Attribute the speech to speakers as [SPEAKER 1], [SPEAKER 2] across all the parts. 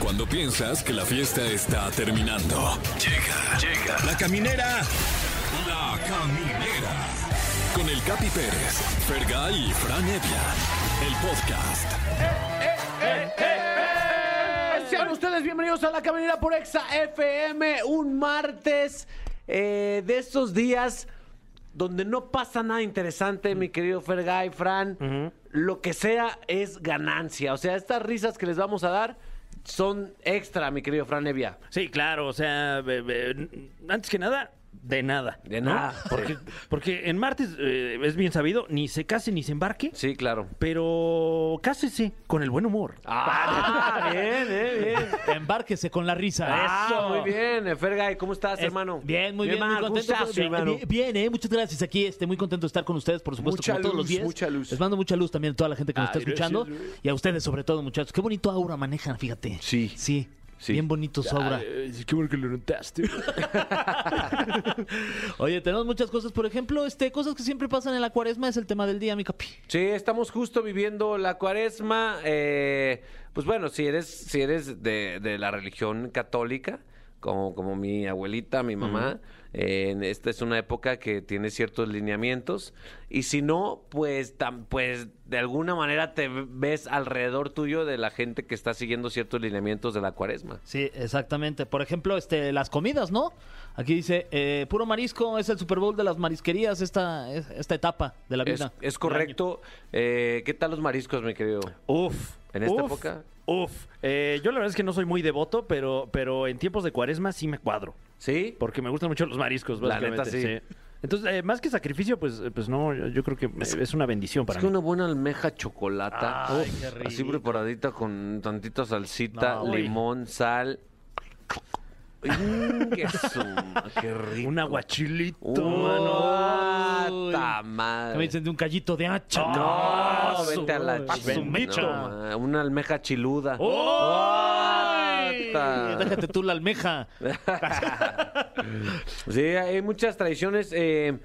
[SPEAKER 1] Cuando piensas que la fiesta está terminando. Llega, llega. La caminera. La caminera. Con el Capi Pérez, Fergay y Fran Evia. El podcast.
[SPEAKER 2] Sean ustedes bienvenidos a la caminera por Exa FM, un martes eh, de estos días donde no pasa nada interesante, mi querido Fergay, Fran. Lo que sea es ganancia. O sea, estas risas que les vamos a dar son extra, mi querido Fran Evia.
[SPEAKER 3] Sí, claro, o sea, be- be- antes que nada, de nada.
[SPEAKER 2] De
[SPEAKER 3] ¿no?
[SPEAKER 4] Ah,
[SPEAKER 2] nada.
[SPEAKER 3] Porque, porque en martes, eh, es bien sabido, ni se case ni se embarque,
[SPEAKER 2] Sí, claro.
[SPEAKER 3] pero cásese con el buen humor.
[SPEAKER 2] Ah, bien, eh, bien.
[SPEAKER 4] Embárquese con la risa.
[SPEAKER 2] Ah, muy bien. eh, Fergay, ¿cómo estás,
[SPEAKER 4] Es-
[SPEAKER 2] hermano?
[SPEAKER 4] Bien, muy bien, muy
[SPEAKER 2] man,
[SPEAKER 4] contento.
[SPEAKER 2] gustazo,
[SPEAKER 4] Bien,
[SPEAKER 2] hermano.
[SPEAKER 4] bien, bien, eh, muchas gracias. Aquí este, muy contento de estar con ustedes, por supuesto,
[SPEAKER 2] Mucha
[SPEAKER 4] como todos
[SPEAKER 2] luz,
[SPEAKER 4] los días.
[SPEAKER 2] mucha luz.
[SPEAKER 4] Les mando mucha luz también a toda la gente que nos está
[SPEAKER 2] Ay, gracias,
[SPEAKER 4] escuchando
[SPEAKER 2] güey.
[SPEAKER 4] y a ustedes sobre todo, muchachos. Qué bonito aura manejan, fíjate.
[SPEAKER 2] Sí.
[SPEAKER 4] Sí.
[SPEAKER 2] Sí.
[SPEAKER 4] Bien bonito su aura.
[SPEAKER 3] qué bueno que lo notaste.
[SPEAKER 4] Oye, tenemos muchas cosas. Por ejemplo, este, cosas que siempre pasan en la cuaresma es el tema del día, mi capi.
[SPEAKER 2] Sí, estamos justo viviendo la cuaresma. eh, pues bueno, si eres, si eres de, de la religión católica, como, como mi abuelita, mi mamá, eh, en esta es una época que tiene ciertos lineamientos. Y si no, pues, tam- pues de alguna manera te ves alrededor tuyo de la gente que está siguiendo ciertos lineamientos de la cuaresma.
[SPEAKER 4] Sí, exactamente. Por ejemplo, este, las comidas, ¿no? Aquí dice, eh, puro marisco es el Super Bowl de las marisquerías, esta, es- esta etapa de la
[SPEAKER 2] Es,
[SPEAKER 4] vida.
[SPEAKER 2] es correcto. Eh, ¿Qué tal los mariscos, mi querido?
[SPEAKER 3] Uf.
[SPEAKER 2] ¿En esta
[SPEAKER 3] uf,
[SPEAKER 2] época?
[SPEAKER 3] Uf. Eh, yo la verdad es que no soy muy devoto, pero, pero en tiempos de cuaresma sí me cuadro.
[SPEAKER 2] ¿Sí?
[SPEAKER 3] Porque me gustan mucho los mariscos,
[SPEAKER 2] La
[SPEAKER 3] básicamente.
[SPEAKER 2] neta, sí.
[SPEAKER 3] Entonces, eh, más que sacrificio, pues, eh, pues no, yo, yo creo que eh, es una bendición para
[SPEAKER 2] Es que
[SPEAKER 3] mí.
[SPEAKER 2] una buena almeja chocolata,
[SPEAKER 4] Ay,
[SPEAKER 2] uf,
[SPEAKER 4] qué
[SPEAKER 2] así
[SPEAKER 4] rico.
[SPEAKER 2] preparadita con tantita salsita,
[SPEAKER 4] No, uy.
[SPEAKER 2] limón, sal. Mm, ¡Qué, suma, qué rico!
[SPEAKER 3] Un aguachilito, mano.
[SPEAKER 4] Uy.
[SPEAKER 2] ¡Una
[SPEAKER 4] Que me
[SPEAKER 2] madre!
[SPEAKER 4] dicen de un callito de hacha.
[SPEAKER 2] Ah, ¡No!
[SPEAKER 4] su-
[SPEAKER 2] ¡Vete a la
[SPEAKER 4] a
[SPEAKER 2] chi-
[SPEAKER 4] su mecha.
[SPEAKER 2] no, ma, Una almeja chiluda. ¡Ah,
[SPEAKER 4] ¡Ay!
[SPEAKER 2] ¡Ata!
[SPEAKER 4] Déjate tú la almeja.
[SPEAKER 2] Sí, hay muchas tradiciones. eh,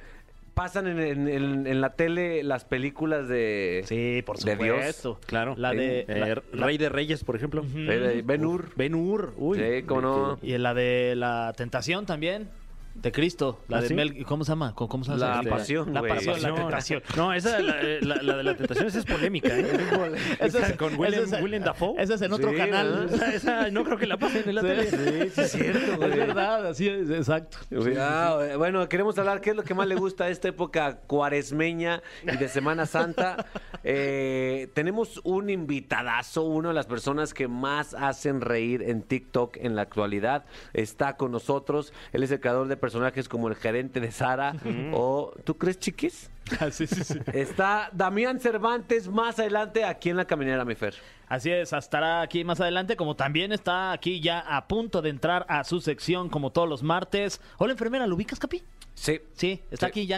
[SPEAKER 2] pasan en, en- en- en la tele las películas de...
[SPEAKER 4] Sí, por
[SPEAKER 2] De Dios.
[SPEAKER 4] supuesto.
[SPEAKER 3] Claro.
[SPEAKER 4] La de.
[SPEAKER 3] Eh,
[SPEAKER 4] la-
[SPEAKER 3] Rey de Reyes, por ejemplo.
[SPEAKER 2] de Ben Hur.
[SPEAKER 3] Ben Hur. Uy.
[SPEAKER 2] Sí, cómo no.
[SPEAKER 4] y la de la tentación también. De Cristo. La
[SPEAKER 3] ¿Ah,
[SPEAKER 4] de
[SPEAKER 3] sí?
[SPEAKER 4] Mel. ¿Cómo se llama? ¿Cómo, cómo se llama?
[SPEAKER 2] La
[SPEAKER 4] película?
[SPEAKER 2] pasión,
[SPEAKER 4] La
[SPEAKER 2] güey.
[SPEAKER 4] pasión, la
[SPEAKER 3] No,
[SPEAKER 4] tentación.
[SPEAKER 3] No, esa, la, eh, la- la de la tentación, esa es polémica. ¿eh?
[SPEAKER 4] Eso
[SPEAKER 3] Esa
[SPEAKER 4] es-
[SPEAKER 3] con Willem,
[SPEAKER 4] eso es-
[SPEAKER 3] Willem Dafoe.
[SPEAKER 4] Eso es en otro
[SPEAKER 2] Sí,
[SPEAKER 4] canal.
[SPEAKER 2] ¿verdad?
[SPEAKER 3] Esa, esa no creo que la pasen en la tele.
[SPEAKER 2] es cierto, güey.
[SPEAKER 4] Es verdad, así es, exacto.
[SPEAKER 2] Ah, eh, bueno, queremos hablar qué es lo que más le gusta de esta época cuaresmeña y de Semana Santa. Eh, tenemos un invitadazo, una de las personas que más hacen reír en TikTok en la actualidad. Está con nosotros. Él es el creador de personajes como el gerente de Sara o ¿Tú crees, chiquis?
[SPEAKER 4] Así, sí, sí.
[SPEAKER 2] Está Damián Cervantes más adelante aquí en la caminera, mi Fer.
[SPEAKER 4] Así es, estará aquí más adelante, como también está aquí ya a punto de entrar a su sección, como todos los martes. Hola, enfermera, ¿lo ubicas, Capi?
[SPEAKER 2] Sí,
[SPEAKER 4] Sí, está
[SPEAKER 2] Sí.
[SPEAKER 4] aquí ya.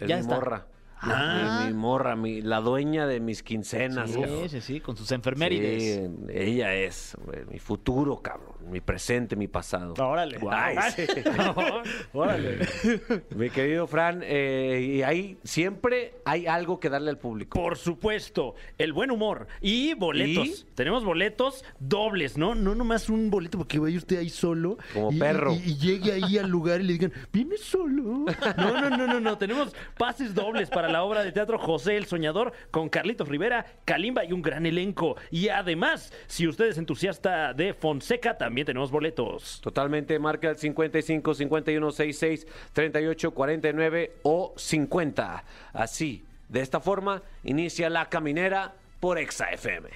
[SPEAKER 2] es
[SPEAKER 4] ya
[SPEAKER 2] mi
[SPEAKER 4] está.
[SPEAKER 2] morra.
[SPEAKER 4] Ah.
[SPEAKER 2] Mi, mi morra, mi- la dueña de mis quincenas. cabrón.
[SPEAKER 4] Sí, sí, sí, con sus enfermerides.
[SPEAKER 2] Sí, ella es güey, mi futuro, cabrón. Mi presente, mi pasado.
[SPEAKER 4] Órale.
[SPEAKER 2] Guau.
[SPEAKER 4] Ay, Órale.
[SPEAKER 2] Mi querido Fran, eh, y ahí siempre hay algo que darle al público.
[SPEAKER 3] Por supuesto, el buen humor y boletos. Tenemos boletos dobles, ¿no? No nomás un boleto porque vaya usted ahí solo.
[SPEAKER 2] Como
[SPEAKER 3] y,
[SPEAKER 2] perro.
[SPEAKER 3] Y, y llegue ahí al lugar y le digan, ¿viene solo? No, no, no, no, no. Tenemos pases dobles para la obra de teatro José el Soñador con Carlitos Rivera, Kalimba y un gran elenco. Y además, si usted es entusiasta de Fonseca, también tenemos boletos.
[SPEAKER 2] Totalmente, marca el 55 51 66 38 49 o 50. Así, de esta forma, inicia la caminera por Exa FM.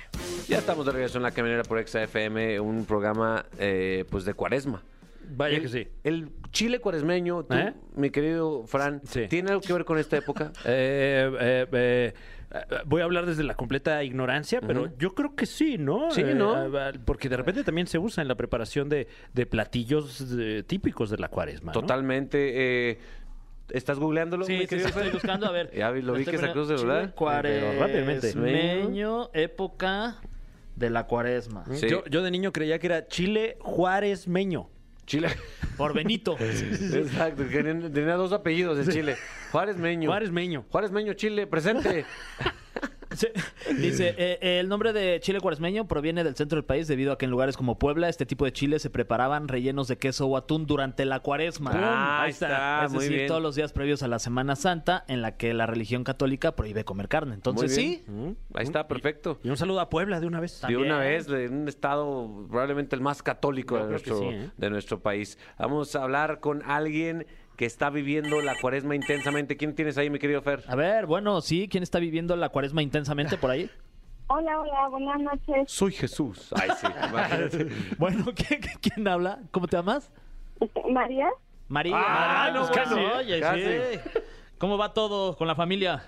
[SPEAKER 2] Ya estamos de regreso en la caminera por Exa FM, un programa eh, pues de cuaresma.
[SPEAKER 3] Vaya
[SPEAKER 2] el,
[SPEAKER 3] que sí.
[SPEAKER 2] El chile cuaresmeño, tú,
[SPEAKER 3] ¿Eh?
[SPEAKER 2] mi querido Fran,
[SPEAKER 3] Sí.
[SPEAKER 2] ¿tiene algo que ver con esta época?
[SPEAKER 3] Eh, eh, eh, eh, voy a hablar desde la completa ignorancia, pero yo creo que sí, ¿no?
[SPEAKER 2] Sí,
[SPEAKER 3] Eh,
[SPEAKER 2] ¿no?
[SPEAKER 3] ah, ah, Porque de repente también se usa en la preparación de, de platillos eh, típicos de la cuaresma. ¿no?
[SPEAKER 2] Totalmente. eh, ¿Estás googleándolo?
[SPEAKER 4] Sí,
[SPEAKER 2] mi
[SPEAKER 4] sí, sí,
[SPEAKER 2] querido
[SPEAKER 4] estoy
[SPEAKER 2] Fer?
[SPEAKER 4] buscando, a ver.
[SPEAKER 2] Ya vi, lo vi
[SPEAKER 4] Estoy
[SPEAKER 2] que sacó
[SPEAKER 4] poniendo
[SPEAKER 2] el celular.
[SPEAKER 4] chile Cuaresmeño, época de la cuaresma.
[SPEAKER 2] Sí.
[SPEAKER 3] Yo, yo de niño creía que era chile juárezmeño.
[SPEAKER 2] Chile.
[SPEAKER 4] Por Benito.
[SPEAKER 2] Exacto, que ten- tenía dos apellidos de Chile. Juárez Meño.
[SPEAKER 3] Juárezmeño.
[SPEAKER 2] Juárez Meño, Chile, presente.
[SPEAKER 4] Sí. Dice, eh, eh, el nombre de chile cuaresmeño proviene del centro del país debido a que en lugares como Puebla este tipo de chiles se preparaban rellenos de queso o atún durante la cuaresma.
[SPEAKER 2] Ah, ahí está,
[SPEAKER 4] Es
[SPEAKER 2] muy
[SPEAKER 4] decir,
[SPEAKER 2] bien.
[SPEAKER 4] todos los días previos a la Semana Santa en la que la religión católica prohíbe comer carne. Entonces
[SPEAKER 2] Muy bien.
[SPEAKER 4] sí,
[SPEAKER 2] Ahí está, perfecto.
[SPEAKER 3] Y un saludo a Puebla de una vez.
[SPEAKER 2] De una
[SPEAKER 4] También.
[SPEAKER 2] vez, de un estado probablemente el más católico
[SPEAKER 3] Yo
[SPEAKER 2] de
[SPEAKER 3] creo que
[SPEAKER 2] nuestro,
[SPEAKER 3] sí, ¿eh?
[SPEAKER 2] de nuestro país. Vamos a hablar con alguien que está viviendo la cuaresma intensamente. ¿Quién tienes ahí, mi querido Fer?
[SPEAKER 4] a ver, bueno, sí, ¿quién está viviendo la cuaresma intensamente por ahí?
[SPEAKER 5] Hola, hola, buenas noches.
[SPEAKER 2] Soy Jesús. Ay, sí. imagínate.
[SPEAKER 4] bueno, ¿qué- qué- ¿quién habla? ¿Cómo te llamas?
[SPEAKER 5] Este, María,
[SPEAKER 4] María.
[SPEAKER 2] Ah, no,
[SPEAKER 4] pues,
[SPEAKER 2] bueno,
[SPEAKER 4] casi, oye,
[SPEAKER 2] casi.
[SPEAKER 4] sí. ¿Cómo va todo con la familia?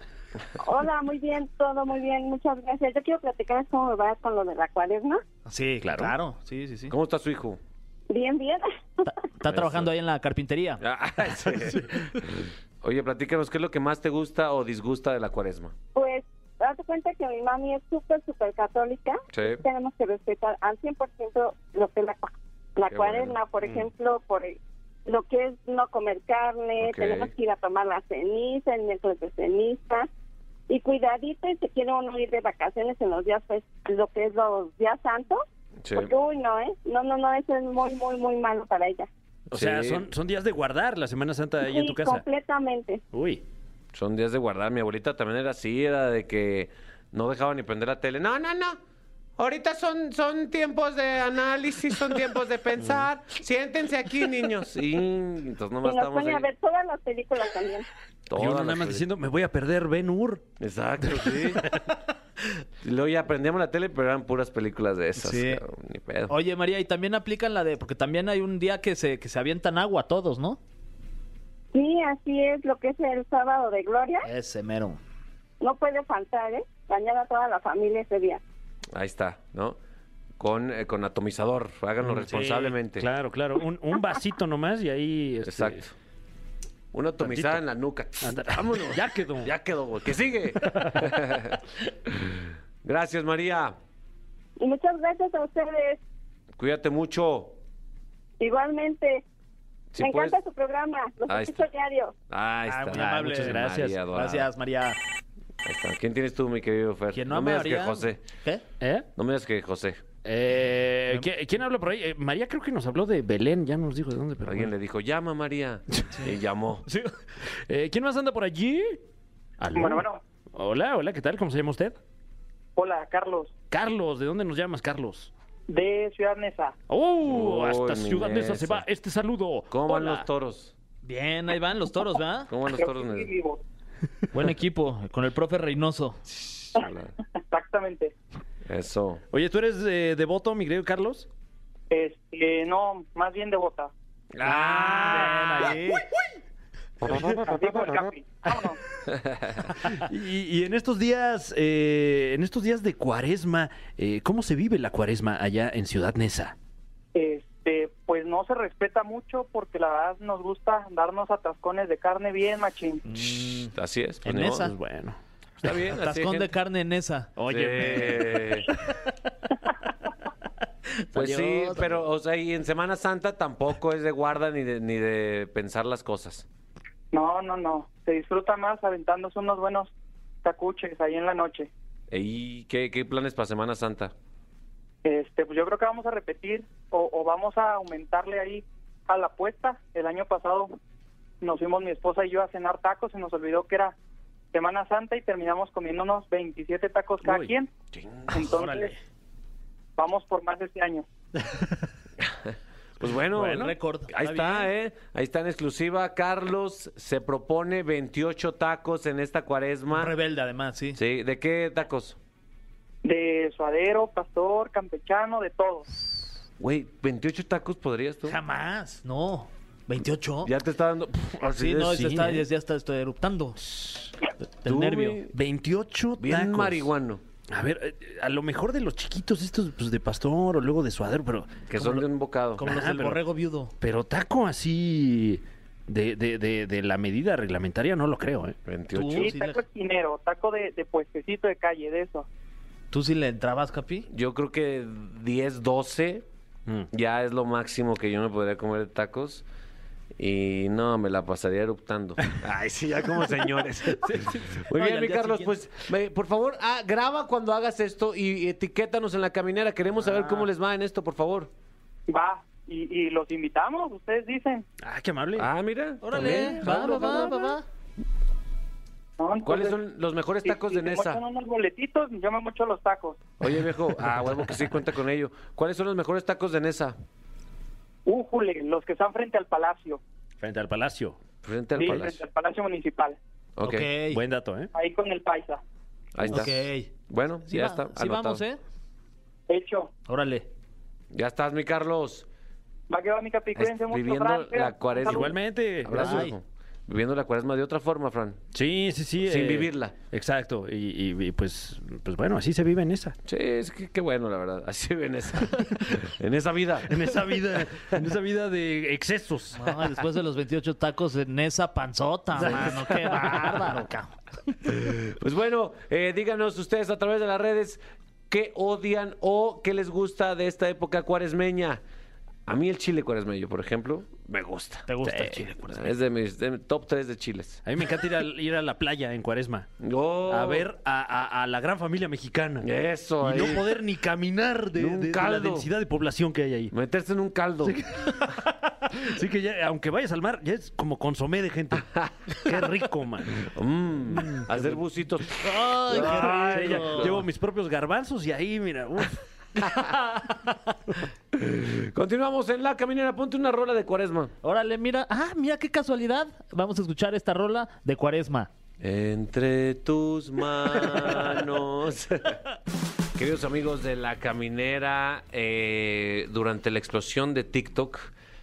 [SPEAKER 5] hola, muy bien, todo muy bien, muchas gracias. Yo quiero platicarles cómo me va con lo de la cuaresma.
[SPEAKER 4] Sí,
[SPEAKER 2] claro.
[SPEAKER 4] Claro, sí, sí, sí.
[SPEAKER 2] ¿Cómo está su hijo?
[SPEAKER 5] Bien, bien.
[SPEAKER 4] Está, está trabajando ahí en la carpintería.
[SPEAKER 2] Ah, sí. Oye, platícanos, ¿qué es lo que más te gusta o disgusta de la cuaresma?
[SPEAKER 5] Pues, date cuenta que mi mami es súper, súper católica.
[SPEAKER 2] Sí.
[SPEAKER 5] Tenemos que respetar al 100% lo que es la, cua- la
[SPEAKER 2] Qué
[SPEAKER 5] cuaresma,
[SPEAKER 2] bueno. Mm.
[SPEAKER 5] por ejemplo, por el- lo que es no comer carne,
[SPEAKER 2] Ok.
[SPEAKER 5] tenemos que ir a tomar la ceniza, el miércoles de ceniza. Y cuidadito, y se quiere uno ir de vacaciones en los días, pues, lo que es los días santos.
[SPEAKER 2] Sí.
[SPEAKER 5] Porque, uy, no, ¿eh? No, no, no, eso es muy, muy, muy malo para ella.
[SPEAKER 3] O sea,
[SPEAKER 2] Sí.
[SPEAKER 3] son, son días de guardar la Semana Santa ahí en
[SPEAKER 5] Sí,
[SPEAKER 3] tu casa.
[SPEAKER 5] completamente.
[SPEAKER 3] Uy.
[SPEAKER 2] Son días de guardar. Mi abuelita también era así, era de que no dejaba ni prender la tele. No, no, no. Ahorita son, son tiempos de análisis, son tiempos de pensar. Siéntense aquí, niños. Y entonces
[SPEAKER 5] Y
[SPEAKER 2] nomás
[SPEAKER 5] nos
[SPEAKER 2] estamos
[SPEAKER 5] pone a
[SPEAKER 2] ahí.
[SPEAKER 5] ver todas las películas también.
[SPEAKER 2] todas
[SPEAKER 3] y uno nada
[SPEAKER 2] las
[SPEAKER 3] más
[SPEAKER 2] cosas.
[SPEAKER 3] diciendo, me voy a perder Ben Hur.
[SPEAKER 2] Exacto, sí. Y Luego ya aprendíamos la tele, pero eran puras películas de esas.
[SPEAKER 4] Sí.
[SPEAKER 2] cabrón, Ni pedo.
[SPEAKER 4] Oye, María, y también aplican la de, porque también hay un día que se, que se avientan agua todos, ¿no?
[SPEAKER 5] Sí, así es lo que es el sábado de gloria.
[SPEAKER 2] Eh.
[SPEAKER 4] Ese mero.
[SPEAKER 5] No puede faltar, ¿eh? Bañar a toda la familia ese día.
[SPEAKER 2] Ahí está, ¿no? Con, eh, con atomizador, háganlo
[SPEAKER 3] Sí,
[SPEAKER 2] responsablemente.
[SPEAKER 3] claro, claro. Un, un vasito nomás y ahí. este,
[SPEAKER 2] Exacto. Una atomizada
[SPEAKER 3] Tantito. Ah,
[SPEAKER 2] en la nuca.
[SPEAKER 3] anda- vámonos. Ya quedó.
[SPEAKER 2] Ya quedó, güey. ¿Qué sigue? Gracias, María.
[SPEAKER 5] Y muchas gracias a ustedes.
[SPEAKER 2] Cuídate mucho.
[SPEAKER 5] Igualmente,
[SPEAKER 2] Si
[SPEAKER 5] me
[SPEAKER 2] puedes-
[SPEAKER 5] encanta su programa. Los
[SPEAKER 2] pues. Ahí
[SPEAKER 5] escucho
[SPEAKER 2] está.
[SPEAKER 5] diario.
[SPEAKER 2] Ahí está.
[SPEAKER 4] Ah, muy
[SPEAKER 2] Ay,
[SPEAKER 4] amable.
[SPEAKER 2] muchas
[SPEAKER 3] Gracias.
[SPEAKER 2] gracias. María Dorada.
[SPEAKER 4] Gracias, María.
[SPEAKER 2] Ahí está. ¿Quién tienes tú, mi querido Fer?
[SPEAKER 4] Quien
[SPEAKER 2] no
[SPEAKER 4] ama
[SPEAKER 2] me
[SPEAKER 4] a
[SPEAKER 2] digas que
[SPEAKER 4] María-
[SPEAKER 2] José.
[SPEAKER 4] ¿Qué?
[SPEAKER 3] ¿Eh?
[SPEAKER 2] No me digas que José. Em,
[SPEAKER 3] Eh, ¿qué- ¿Quién habla por ahí? Eh, María creo que nos habló de Belén, ya nos dijo de dónde, pero.
[SPEAKER 2] Alguien
[SPEAKER 3] bueno.
[SPEAKER 2] le dijo, llama María. Y llamó.
[SPEAKER 3] Sí. Eh, ¿Quién más anda por allí? ¿Aló?
[SPEAKER 6] Bueno, bueno.
[SPEAKER 3] Hola, hola, ¿qué tal? ¿Cómo se llama usted?
[SPEAKER 6] Hola, Carlos,
[SPEAKER 3] Carlos, ¿de dónde nos llamas, Carlos?
[SPEAKER 6] de Ciudad Neza.
[SPEAKER 3] ¡Oh!
[SPEAKER 2] Uy,
[SPEAKER 3] hasta
[SPEAKER 2] mi
[SPEAKER 3] Ciudad Neza se
[SPEAKER 2] Neza.
[SPEAKER 3] va este saludo.
[SPEAKER 2] ¿Cómo van
[SPEAKER 3] Hola.
[SPEAKER 2] los toros?
[SPEAKER 4] Bien, ahí van los toros, ¿verdad?
[SPEAKER 2] ¿Cómo van los
[SPEAKER 6] Creo
[SPEAKER 2] toros?
[SPEAKER 6] que sí,
[SPEAKER 2] Nes?
[SPEAKER 6] vivo.
[SPEAKER 4] Buen equipo, con el profe Reynoso.
[SPEAKER 2] Hola.
[SPEAKER 6] Exactamente.
[SPEAKER 2] Eso.
[SPEAKER 3] Oye, ¿tú eres eh, devoto, mi querido Carlos?
[SPEAKER 6] Este, no, más bien de bota.
[SPEAKER 4] Ah, bien, ahí.
[SPEAKER 6] Dijo el Capi. Vámonos.
[SPEAKER 3] Y, y en estos días, eh, en estos días de cuaresma, eh, ¿cómo se vive la cuaresma allá en Ciudad Neza?
[SPEAKER 6] Este, pues no se respeta mucho porque la verdad nos gusta darnos atascones de carne bien, machín.
[SPEAKER 2] Mm. Así es. pues,
[SPEAKER 4] En
[SPEAKER 2] ni modo.
[SPEAKER 4] esa.
[SPEAKER 3] Bueno.
[SPEAKER 2] Está bien. así hay
[SPEAKER 4] Tascón de
[SPEAKER 2] gente.
[SPEAKER 4] carne en esa.
[SPEAKER 2] Sí. Pues sí,
[SPEAKER 4] Salió,
[SPEAKER 2] pero o sea, y en Semana Santa tampoco es de guarda ni de, ni de pensar las cosas.
[SPEAKER 6] No, no, no. Se disfruta más aventándose unos buenos tacuches ahí en la noche.
[SPEAKER 2] ¿Y qué, qué planes para Semana Santa?
[SPEAKER 6] Este, pues yo creo que vamos a repetir o, o vamos a aumentarle ahí a la apuesta. El año pasado nos fuimos mi esposa y yo a cenar tacos, se nos olvidó que era Semana Santa y terminamos comiéndonos 27 tacos cada
[SPEAKER 3] Uy.
[SPEAKER 6] quien. Entonces,
[SPEAKER 3] Órale.
[SPEAKER 6] vamos por más este año.
[SPEAKER 2] Pues bueno,
[SPEAKER 4] Bueno, récord.
[SPEAKER 2] ahí
[SPEAKER 4] Está
[SPEAKER 2] está,
[SPEAKER 4] bien.
[SPEAKER 2] ¿eh? Ahí está en exclusiva. Carlos se propone 28 tacos en esta cuaresma.
[SPEAKER 4] Rebelde, además, sí.
[SPEAKER 2] Sí, ¿de qué tacos?
[SPEAKER 6] De suadero, pastor, campechano, de todo.
[SPEAKER 2] Güey, 28 tacos podrías tú.
[SPEAKER 4] Jamás, no. 28.
[SPEAKER 2] Ya te está dando. pff, así
[SPEAKER 4] sí,
[SPEAKER 2] de-
[SPEAKER 4] no, este está-
[SPEAKER 2] ¿eh?
[SPEAKER 4] ya está estoy eruptando. Del
[SPEAKER 2] Tú,
[SPEAKER 4] nervio.
[SPEAKER 2] güey,
[SPEAKER 3] 28
[SPEAKER 2] Bien
[SPEAKER 3] tacos.
[SPEAKER 2] marihuano.
[SPEAKER 3] A ver, eh, a lo mejor de los chiquitos estos pues, de pastor o luego de suadero, pero
[SPEAKER 2] Que son de un bocado.
[SPEAKER 4] Como los
[SPEAKER 3] Ah,
[SPEAKER 4] del
[SPEAKER 3] pero-
[SPEAKER 4] borrego viudo.
[SPEAKER 3] pero taco así de, de, de, de la medida reglamentaria no lo creo, ¿eh?
[SPEAKER 2] 28.
[SPEAKER 4] Tú
[SPEAKER 6] Sí,
[SPEAKER 4] sí
[SPEAKER 6] taco
[SPEAKER 4] le-
[SPEAKER 6] esquinero, taco de, de puestecito de calle, de eso.
[SPEAKER 4] ¿Tú sí le entrabas, Capi?
[SPEAKER 2] Yo creo que 10, 12
[SPEAKER 3] Mm.
[SPEAKER 2] Mm. ya es lo máximo que yo me podría comer de tacos. Y no, me la pasaría eruptando. Ay, sí, ya como señores. Muy
[SPEAKER 4] No, y
[SPEAKER 2] bien,
[SPEAKER 4] al
[SPEAKER 2] mi
[SPEAKER 4] día
[SPEAKER 2] Carlos,
[SPEAKER 4] siguiente.
[SPEAKER 2] pues me- por favor, ah, graba cuando hagas esto y, etiquétanos en la caminera. Queremos saber cómo
[SPEAKER 4] Ah.
[SPEAKER 2] les va en esto, por favor.
[SPEAKER 6] Va, y, y los invitamos, ustedes dicen.
[SPEAKER 3] Ah, qué amable.
[SPEAKER 2] Ah, mira.
[SPEAKER 4] Órale, ¿eh?
[SPEAKER 2] también.
[SPEAKER 4] va, va, va, va, va.
[SPEAKER 6] ¿no?
[SPEAKER 2] ¿Cuáles
[SPEAKER 6] Entonces,
[SPEAKER 2] son los mejores
[SPEAKER 6] si-
[SPEAKER 2] tacos
[SPEAKER 6] si
[SPEAKER 2] de
[SPEAKER 6] se
[SPEAKER 2] Nesa?
[SPEAKER 6] mochan unos boletitos, yo me mocho los tacos.
[SPEAKER 2] Oye, viejo, ah, huevo que sí cuenta con ello. ¿Cuáles son los mejores tacos de Nesa?
[SPEAKER 6] Újule, los que están frente al palacio.
[SPEAKER 3] Frente al palacio.
[SPEAKER 2] Frente al
[SPEAKER 6] Sí, frente
[SPEAKER 2] palacio.
[SPEAKER 6] al palacio municipal.
[SPEAKER 2] Ok,
[SPEAKER 3] Buen dato, ¿eh?
[SPEAKER 6] Ahí con el paisa.
[SPEAKER 2] ahí está.
[SPEAKER 4] Ok.
[SPEAKER 2] Bueno,
[SPEAKER 4] Sí,
[SPEAKER 2] ya
[SPEAKER 4] va-
[SPEAKER 2] está.
[SPEAKER 4] sí
[SPEAKER 2] anotado.
[SPEAKER 4] vamos, ¿eh?
[SPEAKER 6] Hecho.
[SPEAKER 4] Órale.
[SPEAKER 2] Ya estás, mi Carlos.
[SPEAKER 6] Va que va, mi capi, cuídense mucho,
[SPEAKER 2] Viviendo
[SPEAKER 6] Fran, Fer.
[SPEAKER 2] la cuaresma.
[SPEAKER 6] Salud.
[SPEAKER 3] Igualmente.
[SPEAKER 2] Abrazo,
[SPEAKER 4] Ay.
[SPEAKER 2] hijo. Viviendo la cuaresma de otra forma, Fran.
[SPEAKER 3] Sí, sí, sí. eh,
[SPEAKER 2] Sin vivirla.
[SPEAKER 3] Exacto. Y, y- y, pues, pues bueno, así se vive en esa.
[SPEAKER 2] Sí, es que qué bueno, la verdad. Así en esa, en esa vida.
[SPEAKER 3] En esa vida, en esa vida de excesos.
[SPEAKER 4] No, después de los 28 tacos en esa panzota, mano. Qué bárbaro, cabrón.
[SPEAKER 2] Pues bueno, eh, díganos ustedes a través de las redes qué odian o qué les gusta de esta época cuaresmeña. A mí el chile cuaresmeño, por ejemplo, me gusta.
[SPEAKER 4] ¿Te gusta el chile
[SPEAKER 2] cuaresmeño? Es de mis de mi top 3 de chiles.
[SPEAKER 3] A mí me encanta ir a, ir a la playa en cuaresma.
[SPEAKER 2] Oh,
[SPEAKER 3] A ver a, a- a la gran familia mexicana.
[SPEAKER 2] Eso,
[SPEAKER 3] Y
[SPEAKER 2] ahí.
[SPEAKER 3] no poder ni caminar de,
[SPEAKER 2] De un
[SPEAKER 3] de- de la
[SPEAKER 2] caldo.
[SPEAKER 3] densidad de población que hay ahí.
[SPEAKER 2] Meterse en un caldo.
[SPEAKER 3] Así que ya, aunque vayas al mar, ya es como consomé de gente. Qué rico, man.
[SPEAKER 2] Mm, hacer bucitos.
[SPEAKER 4] Ay,
[SPEAKER 3] Ay,
[SPEAKER 4] qué
[SPEAKER 3] ya
[SPEAKER 4] rico.
[SPEAKER 3] llevo mis propios garbanzos y ahí, mira, uf.
[SPEAKER 2] Continuamos en La Caminera. Ponte una rola de cuaresma.
[SPEAKER 4] Órale, mira. Ah, mira qué casualidad. Vamos a escuchar esta rola de Cuaresma.
[SPEAKER 2] Entre tus manos. Queridos amigos de la caminera, eh, durante la explosión de TikTok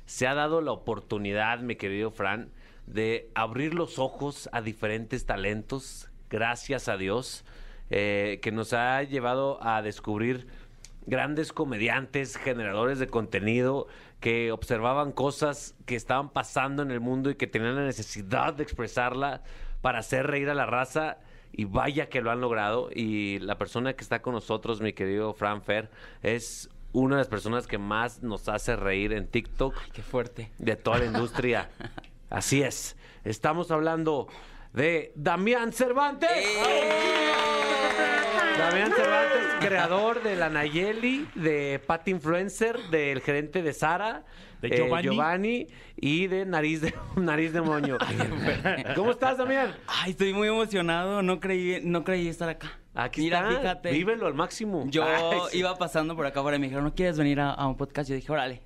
[SPEAKER 2] se ha dado la oportunidad, mi querido Fran, de abrir los ojos a diferentes talentos, gracias a Dios, eh, que nos ha llevado a descubrir grandes comediantes, generadores de contenido, que observaban cosas que estaban pasando en el mundo y que tenían la necesidad de expresarla para hacer reír a la raza. Y vaya que lo han logrado. Y la persona que está con nosotros, mi querido Fran Fer, es una de las personas que más nos hace reír en TikTok
[SPEAKER 7] Qué fuerte.
[SPEAKER 2] de toda la industria. Así es. Estamos hablando de Damián Cervantes.
[SPEAKER 7] ¡Eh!
[SPEAKER 2] Damián Cervantes, creador de la Nayeli, de Pat Influencer, del gerente de Sara,
[SPEAKER 4] De
[SPEAKER 2] eh,
[SPEAKER 4] Giovanni.
[SPEAKER 2] Giovanni y de Nariz de, Nariz de Moño. ¿Cómo estás, Damián?
[SPEAKER 7] Ay, estoy muy emocionado. No creí, no creí estar acá.
[SPEAKER 2] Aquí
[SPEAKER 7] Mira,
[SPEAKER 2] está.
[SPEAKER 7] fíjate.
[SPEAKER 2] Vívelo al máximo.
[SPEAKER 7] Yo
[SPEAKER 2] Ay, sí.
[SPEAKER 7] iba pasando por acá para me dijeron, ¿no quieres venir a, a un podcast? Yo dije, órale.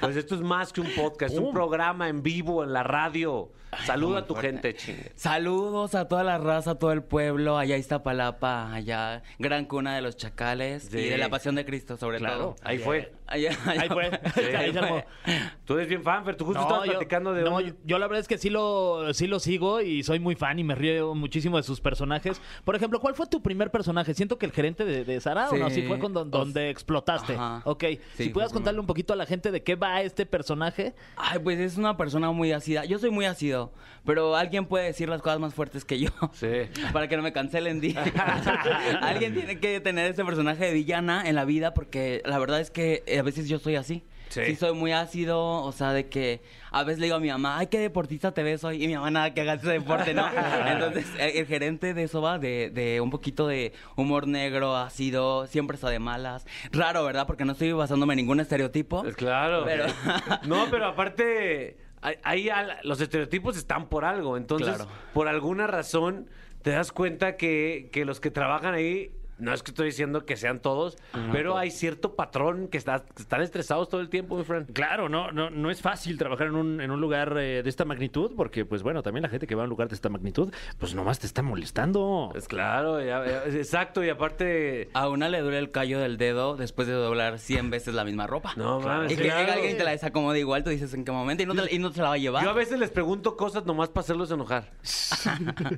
[SPEAKER 2] Pues esto es más que un podcast, es un programa en vivo en la radio. Saluda a tu gente, chingue.
[SPEAKER 7] Saludos a toda la raza, a todo el pueblo, allá Iztapalapa, allá Gran Cuna de los Chacales
[SPEAKER 2] Sí.
[SPEAKER 7] y de la Pasión de Cristo, sobre
[SPEAKER 2] Claro,
[SPEAKER 7] todo.
[SPEAKER 2] ahí fue.
[SPEAKER 7] Allá- allá-
[SPEAKER 4] Ahí fue. Ahí se armó.
[SPEAKER 2] Tú eres bien fan, pero tú justo estabas platicando de
[SPEAKER 4] no,
[SPEAKER 2] un-
[SPEAKER 4] yo- yo la verdad es que sí lo, sí lo sigo y soy muy fan y me río muchísimo de sus personajes. Por ejemplo, ¿cuál fue tu primer personaje? Siento que el gerente de, de Sara o no,
[SPEAKER 7] Sí.
[SPEAKER 4] si fue con don-
[SPEAKER 7] Os-
[SPEAKER 4] donde explotaste.
[SPEAKER 7] Ajá.
[SPEAKER 4] Ok,
[SPEAKER 7] Sí,
[SPEAKER 4] si
[SPEAKER 7] fue
[SPEAKER 4] pudieras
[SPEAKER 7] primero.
[SPEAKER 4] contarle un poquito a la gente de qué va este personaje.
[SPEAKER 7] Ay, pues es una persona muy ácida. Yo soy muy ácido, pero alguien puede decir las cosas más fuertes que yo.
[SPEAKER 2] Sí.
[SPEAKER 7] Para que no me cancelen. di. alguien tiene que tener ese personaje de villana en la vida porque la verdad es que eh, a veces yo soy así.
[SPEAKER 2] Sí.
[SPEAKER 7] Sí. soy muy ácido, o sea, de que a veces le digo a mi mamá, ay, qué deportista te ves hoy, y mi mamá nada que haga ese deporte, ¿no? Entonces, el, el gerente de eso va de, de un poquito de humor negro, ácido, siempre está de malas. Raro, ¿verdad? Porque no estoy basándome en ningún estereotipo.
[SPEAKER 2] Eh, Claro.
[SPEAKER 7] Pero-
[SPEAKER 2] No, pero aparte, hay- hay al- los estereotipos están por algo. Entonces,
[SPEAKER 7] Claro.
[SPEAKER 2] por alguna razón, te das cuenta que, que los que trabajan ahí. No es que estoy diciendo que sean todos, pero hay cierto patrón que, está, que están estresados todo el tiempo, mi friend.
[SPEAKER 3] Claro, no, no, no es fácil trabajar en un, en un lugar eh, de esta magnitud, porque, pues bueno, también la gente que va a un lugar de esta magnitud, pues nomás te está molestando.
[SPEAKER 2] Pues claro, ya- ya- exacto, y aparte...
[SPEAKER 7] A una le duele el callo del dedo después de doblar 100 veces la misma ropa.
[SPEAKER 2] No mames,
[SPEAKER 7] Y que
[SPEAKER 2] claro.
[SPEAKER 7] llega alguien y te la desacomoda igual, tú dices en qué momento y no te, y no te la va a llevar.
[SPEAKER 2] Yo a veces les pregunto cosas nomás para hacerlos enojar.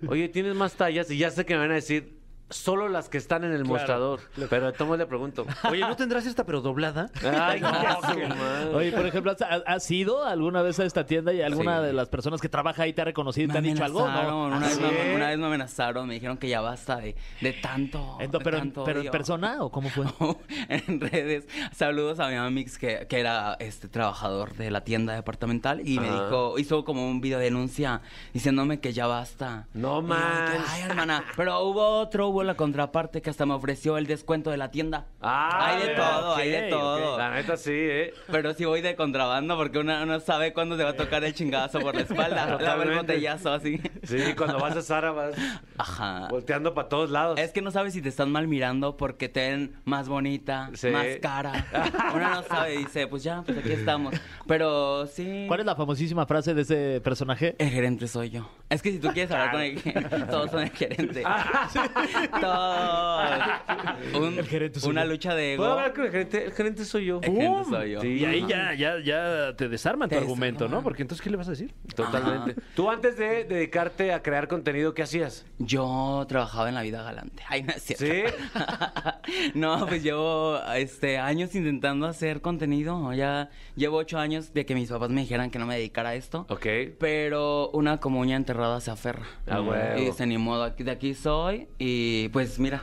[SPEAKER 2] Oye, ¿tienes más tallas? Y ya sé que me van a decir, solo las que están en el mostrador. Pero Tomo le pregunto.
[SPEAKER 3] Oye, ¿no tendrás esta pero doblada?
[SPEAKER 2] Ay, su madre.
[SPEAKER 4] Oye, por ejemplo, ¿has, has ido alguna vez a esta tienda y alguna
[SPEAKER 2] Sí.
[SPEAKER 4] de las personas que trabaja ahí te ha reconocido y te han dicho algo? ¿no?
[SPEAKER 7] amenazaron, Una, vez
[SPEAKER 4] ¿Ah, sí?
[SPEAKER 7] me, una vez me amenazaron, me dijeron que ya basta de, de tanto.
[SPEAKER 4] Ah, Ento-
[SPEAKER 7] de
[SPEAKER 4] pero, en-
[SPEAKER 7] tanto
[SPEAKER 4] pero en
[SPEAKER 7] odio.
[SPEAKER 4] persona o cómo fue?
[SPEAKER 7] en redes. Saludos a mi amix que, que era este trabajador de la tienda departamental y me
[SPEAKER 2] Ajá.
[SPEAKER 7] dijo, hizo como un video denuncia diciéndome que ya basta.
[SPEAKER 2] No
[SPEAKER 7] Y yo de que,
[SPEAKER 2] manches.
[SPEAKER 7] Ay, hermana. Pero hubo otro, hubo la contraparte que hasta me ofreció el descuento de la tienda.
[SPEAKER 2] Ah,
[SPEAKER 7] hay de
[SPEAKER 2] mira,
[SPEAKER 7] todo, hay
[SPEAKER 2] ok,
[SPEAKER 7] de todo.
[SPEAKER 2] ok. La neta sí, ¿eh?
[SPEAKER 7] Pero si voy de contrabando porque uno no sabe cuándo te va a tocar el chingazo por la espalda. Lava el
[SPEAKER 2] Totalmente.
[SPEAKER 7] botellazo así.
[SPEAKER 2] Sí, cuando vas Pues, a Zara vas
[SPEAKER 7] Ajá.
[SPEAKER 2] volteando para todos lados.
[SPEAKER 7] Es que no sabes si te están mal mirando porque te ven más bonita,
[SPEAKER 2] Sí.
[SPEAKER 7] más cara. Uno no sabe, dice, pues ya, pues aquí estamos. Pero sí.
[SPEAKER 4] ¿Cuál es la famosísima frase de ese personaje?
[SPEAKER 7] El gerente soy yo. Es que si tú quieres hablar con el gerente, todos son el gerente.
[SPEAKER 2] Ah,
[SPEAKER 7] todos. Un-
[SPEAKER 4] El gerente soy
[SPEAKER 7] una
[SPEAKER 4] yo.
[SPEAKER 7] lucha de ego.
[SPEAKER 2] ¿Puedo hablar con el gerente? El gerente soy yo.
[SPEAKER 7] El gerente soy yo.
[SPEAKER 2] Sí.
[SPEAKER 3] Y ahí ya, ya, ya te desarman tu
[SPEAKER 7] Te
[SPEAKER 3] argumento, ¿no?
[SPEAKER 7] desarman.
[SPEAKER 3] Porque entonces, ¿qué le vas a decir? Ah,
[SPEAKER 2] Totalmente.
[SPEAKER 7] Ajá.
[SPEAKER 2] Tú antes de dedicarte a crear contenido, ¿qué hacías?
[SPEAKER 7] Yo trabajaba en la vida galante. Ay, no es cierto.
[SPEAKER 2] ¿Sí?
[SPEAKER 7] no, pues llevo este, años intentando hacer contenido. Ya llevo ocho años de que mis papás me dijeran que no me dedicara a esto.
[SPEAKER 2] Ok.
[SPEAKER 7] Pero una comuña enterrada se aferra.
[SPEAKER 2] Ah, huevo.
[SPEAKER 7] Y dice, ni modo, aquí- de aquí soy. Y pues mira,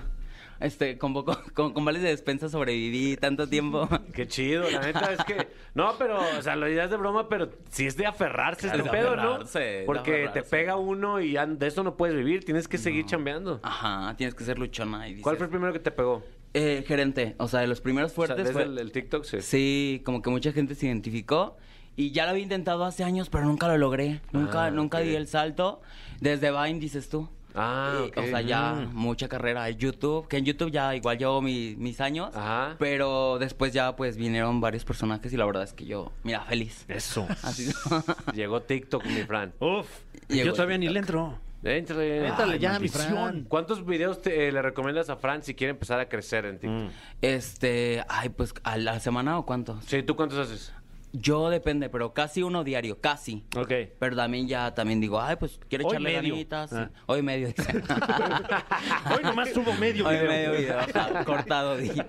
[SPEAKER 7] este, con, poco, con, con vales de despensa sobreviví tanto tiempo.
[SPEAKER 2] Qué chido, la neta es que. No, pero, o sea, lo dirás de broma, pero si es de aferrarse
[SPEAKER 7] Claro,
[SPEAKER 2] este
[SPEAKER 7] de
[SPEAKER 2] pedo,
[SPEAKER 7] aferrarse, de
[SPEAKER 2] ¿no? Porque te
[SPEAKER 7] aferrarse.
[SPEAKER 2] pega uno y ya de eso no puedes vivir, tienes que seguir chambeando.
[SPEAKER 7] Ajá, tienes que ser luchona. Y dices,
[SPEAKER 2] ¿Cuál fue el primero que te pegó?
[SPEAKER 7] Eh, gerente, o sea, de los primeros
[SPEAKER 2] O sea,
[SPEAKER 7] fuertes
[SPEAKER 2] ¿desde
[SPEAKER 7] fue...
[SPEAKER 2] el, el TikTok, sí.
[SPEAKER 7] Sí, como que mucha gente se identificó. Y ya lo había intentado hace años, pero nunca lo logré. Nunca,
[SPEAKER 2] Ah,
[SPEAKER 7] nunca
[SPEAKER 2] ok.
[SPEAKER 7] di el salto. Desde Vine, dices tú.
[SPEAKER 2] Ah,
[SPEAKER 7] Y,
[SPEAKER 2] ok.
[SPEAKER 7] O sea, ya mucha carrera en YouTube. Que en YouTube ya igual llevo mi- mis años.
[SPEAKER 2] Ajá.
[SPEAKER 7] Pero después ya pues vinieron varios personajes y la verdad es que yo, mira, feliz.
[SPEAKER 3] Eso.
[SPEAKER 7] Así.
[SPEAKER 2] Llegó TikTok, mi Fran.
[SPEAKER 3] Uf.
[SPEAKER 7] Llegó
[SPEAKER 3] yo
[SPEAKER 7] el
[SPEAKER 3] todavía ni le entro.
[SPEAKER 2] Éntrale.
[SPEAKER 4] Métale
[SPEAKER 3] Ay,
[SPEAKER 4] ya, mi
[SPEAKER 3] maldición.
[SPEAKER 4] Fran.
[SPEAKER 2] ¿Cuántos videos te- eh, le recomiendas a Fran si quiere empezar a crecer en TikTok?
[SPEAKER 7] este, ay, pues a la semana o cuánto.
[SPEAKER 2] Sí, ¿tú cuántos haces?
[SPEAKER 7] Yo depende, pero casi uno diario, casi.
[SPEAKER 3] Ok.
[SPEAKER 7] Pero también ya también digo, ay, pues quiero
[SPEAKER 3] Hoy
[SPEAKER 7] echarle
[SPEAKER 3] medio.
[SPEAKER 7] ganitas.
[SPEAKER 3] Ah.
[SPEAKER 7] Hoy medio. dice.
[SPEAKER 3] Hoy nomás subo medio
[SPEAKER 7] Hoy
[SPEAKER 3] video.
[SPEAKER 7] medio video. ajá, cortado dije.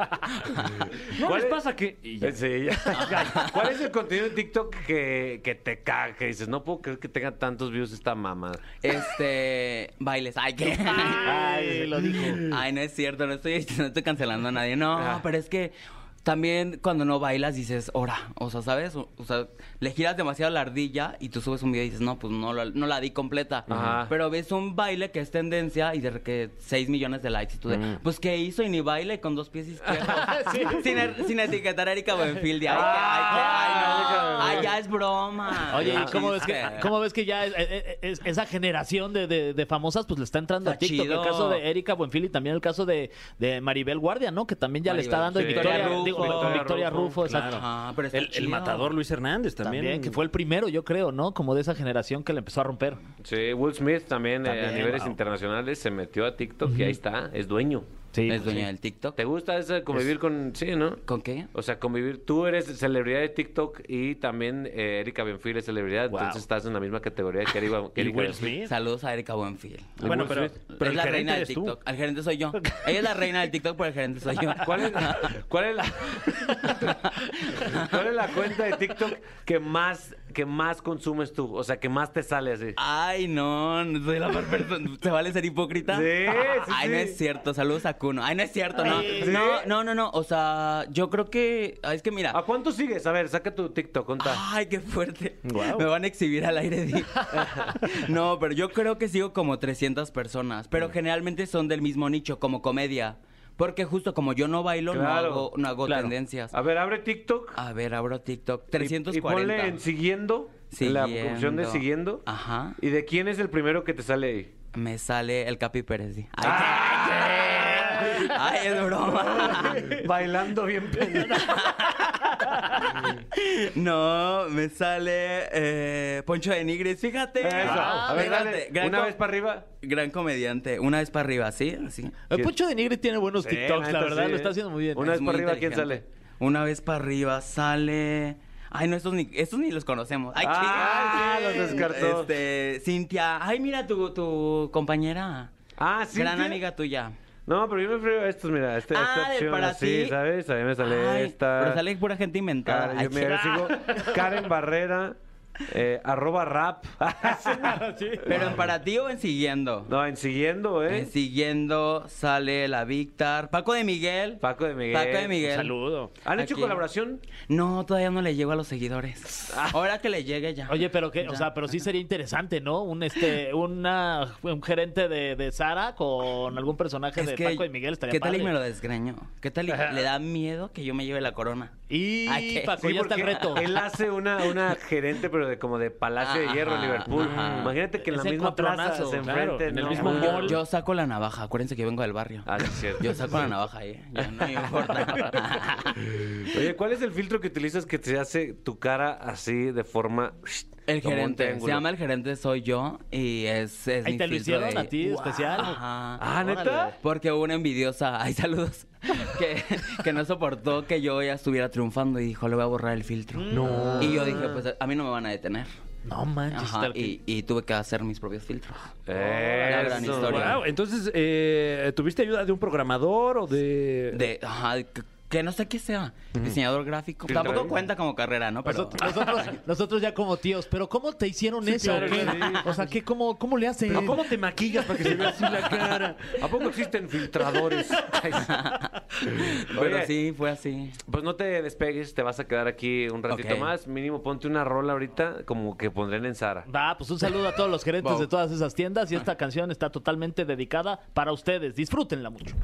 [SPEAKER 3] ¿No
[SPEAKER 2] ¿Cuál
[SPEAKER 3] les
[SPEAKER 2] es-
[SPEAKER 3] pasa que...? y ya.
[SPEAKER 2] Eh, Sí, ya. ¿Cuál es el contenido en TikTok que, que te caga? Que dices, no puedo creer que tenga tantos views esta mamada.
[SPEAKER 7] Este, bailes. Ay, qué.
[SPEAKER 3] Ah,
[SPEAKER 4] Ay, lo dijo.
[SPEAKER 7] Ay, no es cierto, no estoy, no estoy cancelando a nadie. No,
[SPEAKER 2] Ah.
[SPEAKER 7] pero es que también cuando no bailas dices, ora, o sea, ¿sabes? O, o sea, le giras demasiado la ardilla y tú subes un video y dices, no, pues no, la- no la di completa.
[SPEAKER 2] Ajá.
[SPEAKER 7] Pero ves un baile que es tendencia y de que 6 millones de likes. Y tú de,
[SPEAKER 4] Mm.
[SPEAKER 7] pues, ¿qué hizo? Y ni baile con dos pies izquierdos. sin, er- sin etiquetar a Erika Buenfield. Y, ay, que- ay, que- ay, no.
[SPEAKER 2] Ah.
[SPEAKER 7] Ay, ya es broma.
[SPEAKER 4] Oye, ¿y cómo ves,
[SPEAKER 7] Chiste.
[SPEAKER 4] que, cómo ves que ya es- es- es- esa generación de, de- de famosas pues le está entrando a
[SPEAKER 7] Está
[SPEAKER 4] TikTok?
[SPEAKER 7] chido.
[SPEAKER 4] El caso de Erika Buenfil y también el caso de, de Maribel Guardia, ¿no? Que también ya le está
[SPEAKER 7] Maribel,
[SPEAKER 4] dando y
[SPEAKER 2] sí.
[SPEAKER 4] Victoria,
[SPEAKER 7] Victoria
[SPEAKER 4] digo,
[SPEAKER 7] Rufo.
[SPEAKER 4] Victoria,
[SPEAKER 2] Victoria
[SPEAKER 4] Rufo,
[SPEAKER 2] Rufo,
[SPEAKER 4] exacto.
[SPEAKER 3] claro.
[SPEAKER 7] Ajá, Ah, pero está
[SPEAKER 3] El, el
[SPEAKER 7] chido.
[SPEAKER 3] matador Luis Hernández también.
[SPEAKER 4] También, que fue el primero, yo creo, ¿no? Como de esa generación que le empezó a romper.
[SPEAKER 2] Sí, Will Smith también, eh, a
[SPEAKER 4] También,
[SPEAKER 2] niveles
[SPEAKER 4] wow.
[SPEAKER 2] internacionales se metió a TikTok y ahí está, es dueño.
[SPEAKER 4] Sí.
[SPEAKER 7] Es dueña del TikTok.
[SPEAKER 2] ¿Te gusta eso de convivir con... Sí, ¿no?
[SPEAKER 7] ¿Con qué?
[SPEAKER 2] O sea, convivir... Tú eres celebridad de TikTok y también eh, Erika Benfield es celebridad,
[SPEAKER 3] Wow.
[SPEAKER 2] entonces estás en la misma categoría que Erika, que
[SPEAKER 3] ¿Y
[SPEAKER 2] Erika
[SPEAKER 3] Will
[SPEAKER 2] Buenfil.
[SPEAKER 3] Smith?
[SPEAKER 7] Saludos a Erika Buenfield.
[SPEAKER 3] Ah, Bueno, pero, pero
[SPEAKER 7] es
[SPEAKER 3] el
[SPEAKER 7] la
[SPEAKER 3] gerente
[SPEAKER 7] reina del
[SPEAKER 3] eres tú.
[SPEAKER 7] TikTok. El gerente soy yo. Ella es la reina del TikTok, pero el gerente soy yo.
[SPEAKER 2] ¿Cuál es, cuál, es la, ¿Cuál es la cuenta de TikTok que más, que más consumes tú? O sea, que más te sale así.
[SPEAKER 7] Ay, no, no soy la peor persona. ¿Se vale ser hipócrita?
[SPEAKER 2] Sí, sí,
[SPEAKER 7] Ay, no
[SPEAKER 2] sí.
[SPEAKER 7] es cierto. Saludos a Kuno. Ay, no es cierto, no.
[SPEAKER 2] Sí.
[SPEAKER 7] No, no, no, no. O sea, yo creo que. ay, Es que mira.
[SPEAKER 2] ¿A cuánto sigues? A ver, saca tu TikTok, contá.
[SPEAKER 7] Ay, qué fuerte. Me van a exhibir al aire. di. no, pero yo creo que sigo como 300 personas, pero generalmente son del mismo nicho, como comedia. Porque justo como yo no bailo,
[SPEAKER 2] Claro,
[SPEAKER 7] no hago, no hago
[SPEAKER 2] claro.
[SPEAKER 7] tendencias. Ah,
[SPEAKER 2] A ver, abre TikTok.
[SPEAKER 7] A ver, abro TikTok.
[SPEAKER 2] y- Y,
[SPEAKER 7] 340.
[SPEAKER 2] ponle en siguiendo, en la opción de
[SPEAKER 7] Siguiendo.
[SPEAKER 2] siguiendo.
[SPEAKER 7] Ajá.
[SPEAKER 2] ¿Y de quién es el primero que te sale ahí?
[SPEAKER 7] Me sale el Capi Pérez. di. Ay, qué- ay, qué- ay, es broma.
[SPEAKER 2] Bailando bien pendejo.
[SPEAKER 7] No, me sale eh, Poncho de Nigris, fíjate. Ah,
[SPEAKER 2] Eso. A ver,
[SPEAKER 7] Fíjate,
[SPEAKER 2] dale.
[SPEAKER 7] gran
[SPEAKER 2] Una
[SPEAKER 7] co-
[SPEAKER 2] vez para arriba.
[SPEAKER 7] Gran comediante. Una vez para arriba, ¿sí? Así.
[SPEAKER 4] El Eh, Poncho de Nigri tiene buenos
[SPEAKER 2] Sí, la
[SPEAKER 4] TikToks, la
[SPEAKER 2] neta,
[SPEAKER 4] verdad,
[SPEAKER 2] sí,
[SPEAKER 4] lo
[SPEAKER 2] eh.
[SPEAKER 4] está haciendo muy bien.
[SPEAKER 2] Una- vez
[SPEAKER 7] Es
[SPEAKER 2] para
[SPEAKER 7] muy
[SPEAKER 2] arriba, ¿quién
[SPEAKER 7] inteligente. Una vez para arriba sale... Ay, no, estos ni, estos ni los conocemos. Ay,
[SPEAKER 2] Ah,
[SPEAKER 7] qué-
[SPEAKER 2] los descartó.
[SPEAKER 7] Este, Cintia. Ay, mira, tu, tu compañera.
[SPEAKER 2] Ah, sí.
[SPEAKER 7] Gran
[SPEAKER 2] ¿sí?
[SPEAKER 7] amiga tuya.
[SPEAKER 2] No, pero yo me frío a estos, mira, este-
[SPEAKER 7] Ah,
[SPEAKER 2] esta
[SPEAKER 7] del
[SPEAKER 2] opción
[SPEAKER 7] para
[SPEAKER 2] así,
[SPEAKER 7] ti.
[SPEAKER 2] ¿sabes? A mí me sale
[SPEAKER 7] Ay,
[SPEAKER 2] esta.
[SPEAKER 7] Pero sale pura gente inventada.
[SPEAKER 2] Karen,
[SPEAKER 7] Ay,
[SPEAKER 2] yo, mira, yo sigo Karen Barrera, eh, arroba rap.
[SPEAKER 7] Pero en para ti o en siguiendo.
[SPEAKER 2] no, en siguiendo, ¿eh?
[SPEAKER 7] En siguiendo sale la Víctor. Paco de Miguel.
[SPEAKER 2] Paco de Miguel.
[SPEAKER 7] Paco de Miguel.
[SPEAKER 3] Saludo.
[SPEAKER 2] ¿Han hecho
[SPEAKER 7] Aquí. Pues
[SPEAKER 2] colaboración?
[SPEAKER 7] No, todavía no le llego a los seguidores.
[SPEAKER 2] Ah.
[SPEAKER 7] Ahora que le llegue ya.
[SPEAKER 4] Oye, pero que, o
[SPEAKER 7] Ya.
[SPEAKER 4] sea, pero sí sería interesante, ¿no? Un este, una un gerente de, de Sara con algún personaje
[SPEAKER 7] Es
[SPEAKER 4] de
[SPEAKER 7] que-
[SPEAKER 4] Paco y Miguel estaría
[SPEAKER 7] ¿Qué tal y
[SPEAKER 4] padre.
[SPEAKER 7] me lo desgreño? ¿Qué tal y le da miedo que yo me lleve la corona?
[SPEAKER 4] Y
[SPEAKER 7] Ay, que-
[SPEAKER 4] Paco,
[SPEAKER 7] Sí,
[SPEAKER 4] ya está el
[SPEAKER 2] porque
[SPEAKER 4] reto.
[SPEAKER 2] Él hace una, una gerente, pero de como de Palacio de Hierro,
[SPEAKER 7] Ajá,
[SPEAKER 2] Liverpool.
[SPEAKER 7] ajá.
[SPEAKER 2] Imagínate que en la
[SPEAKER 4] Ese
[SPEAKER 2] misma plaza
[SPEAKER 4] encontronazo,
[SPEAKER 2] se
[SPEAKER 4] claro,
[SPEAKER 2] enfrenten.
[SPEAKER 3] en el
[SPEAKER 2] ¿no?
[SPEAKER 3] mismo
[SPEAKER 2] Ah,
[SPEAKER 3] mall.
[SPEAKER 7] Yo saco la navaja. Acuérdense que yo vengo del barrio.
[SPEAKER 2] Ah, sí, es cierto.
[SPEAKER 7] Yo saco la navaja ahí. Ya no me importa.
[SPEAKER 2] Oye, ¿cuál es el filtro que utilizas que te hace tu cara así de forma.
[SPEAKER 7] El
[SPEAKER 2] como un
[SPEAKER 7] gerente, se
[SPEAKER 2] triángulo?
[SPEAKER 7] llama el gerente soy yo y es, es
[SPEAKER 4] Ahí
[SPEAKER 7] mi
[SPEAKER 4] te lo
[SPEAKER 7] filtro
[SPEAKER 4] hicieron
[SPEAKER 7] de-
[SPEAKER 4] a ti, especial.
[SPEAKER 7] Ajá.
[SPEAKER 2] Ah, ¿neta?
[SPEAKER 7] Porque hubo una envidiosa, ay saludos, que, que no soportó que yo ya estuviera triunfando y dijo, le voy a borrar el filtro. No. Y yo dije, pues a mí no me van a detener.
[SPEAKER 4] No manches,
[SPEAKER 7] Ajá,
[SPEAKER 4] tal-
[SPEAKER 7] y, y tuve que hacer mis propios filtros.
[SPEAKER 2] Eso.
[SPEAKER 7] gran historia.
[SPEAKER 3] Wow, entonces, eh, ¿tuviste ayuda de un programador o de...?
[SPEAKER 7] De, ajá, que, que no sé qué sea, diseñador gráfico. Tampoco cuenta como carrera, ¿no? Pero...
[SPEAKER 4] Nosotros, nosotros, nosotros ya como tíos, pero ¿cómo te hicieron eso?
[SPEAKER 3] claro,
[SPEAKER 4] o qué?
[SPEAKER 3] sí.
[SPEAKER 4] O sea, ¿qué, cómo, ¿cómo le hacen?
[SPEAKER 3] ¿Pero ¿Cómo te maquillas para que se vea así la cara?
[SPEAKER 2] ¿A poco existen filtradores? Ay, sí.
[SPEAKER 7] Pero
[SPEAKER 2] Oye,
[SPEAKER 7] sí, fue así.
[SPEAKER 2] Pues no te despegues, te vas a quedar aquí un ratito
[SPEAKER 7] Ok.
[SPEAKER 2] más. Mínimo ponte una rola ahorita, como que pondrán en Sara.
[SPEAKER 4] Va, pues un saludo a todos los gerentes
[SPEAKER 7] Wow.
[SPEAKER 4] de todas esas tiendas y esta canción está totalmente dedicada para ustedes. Disfrútenla mucho.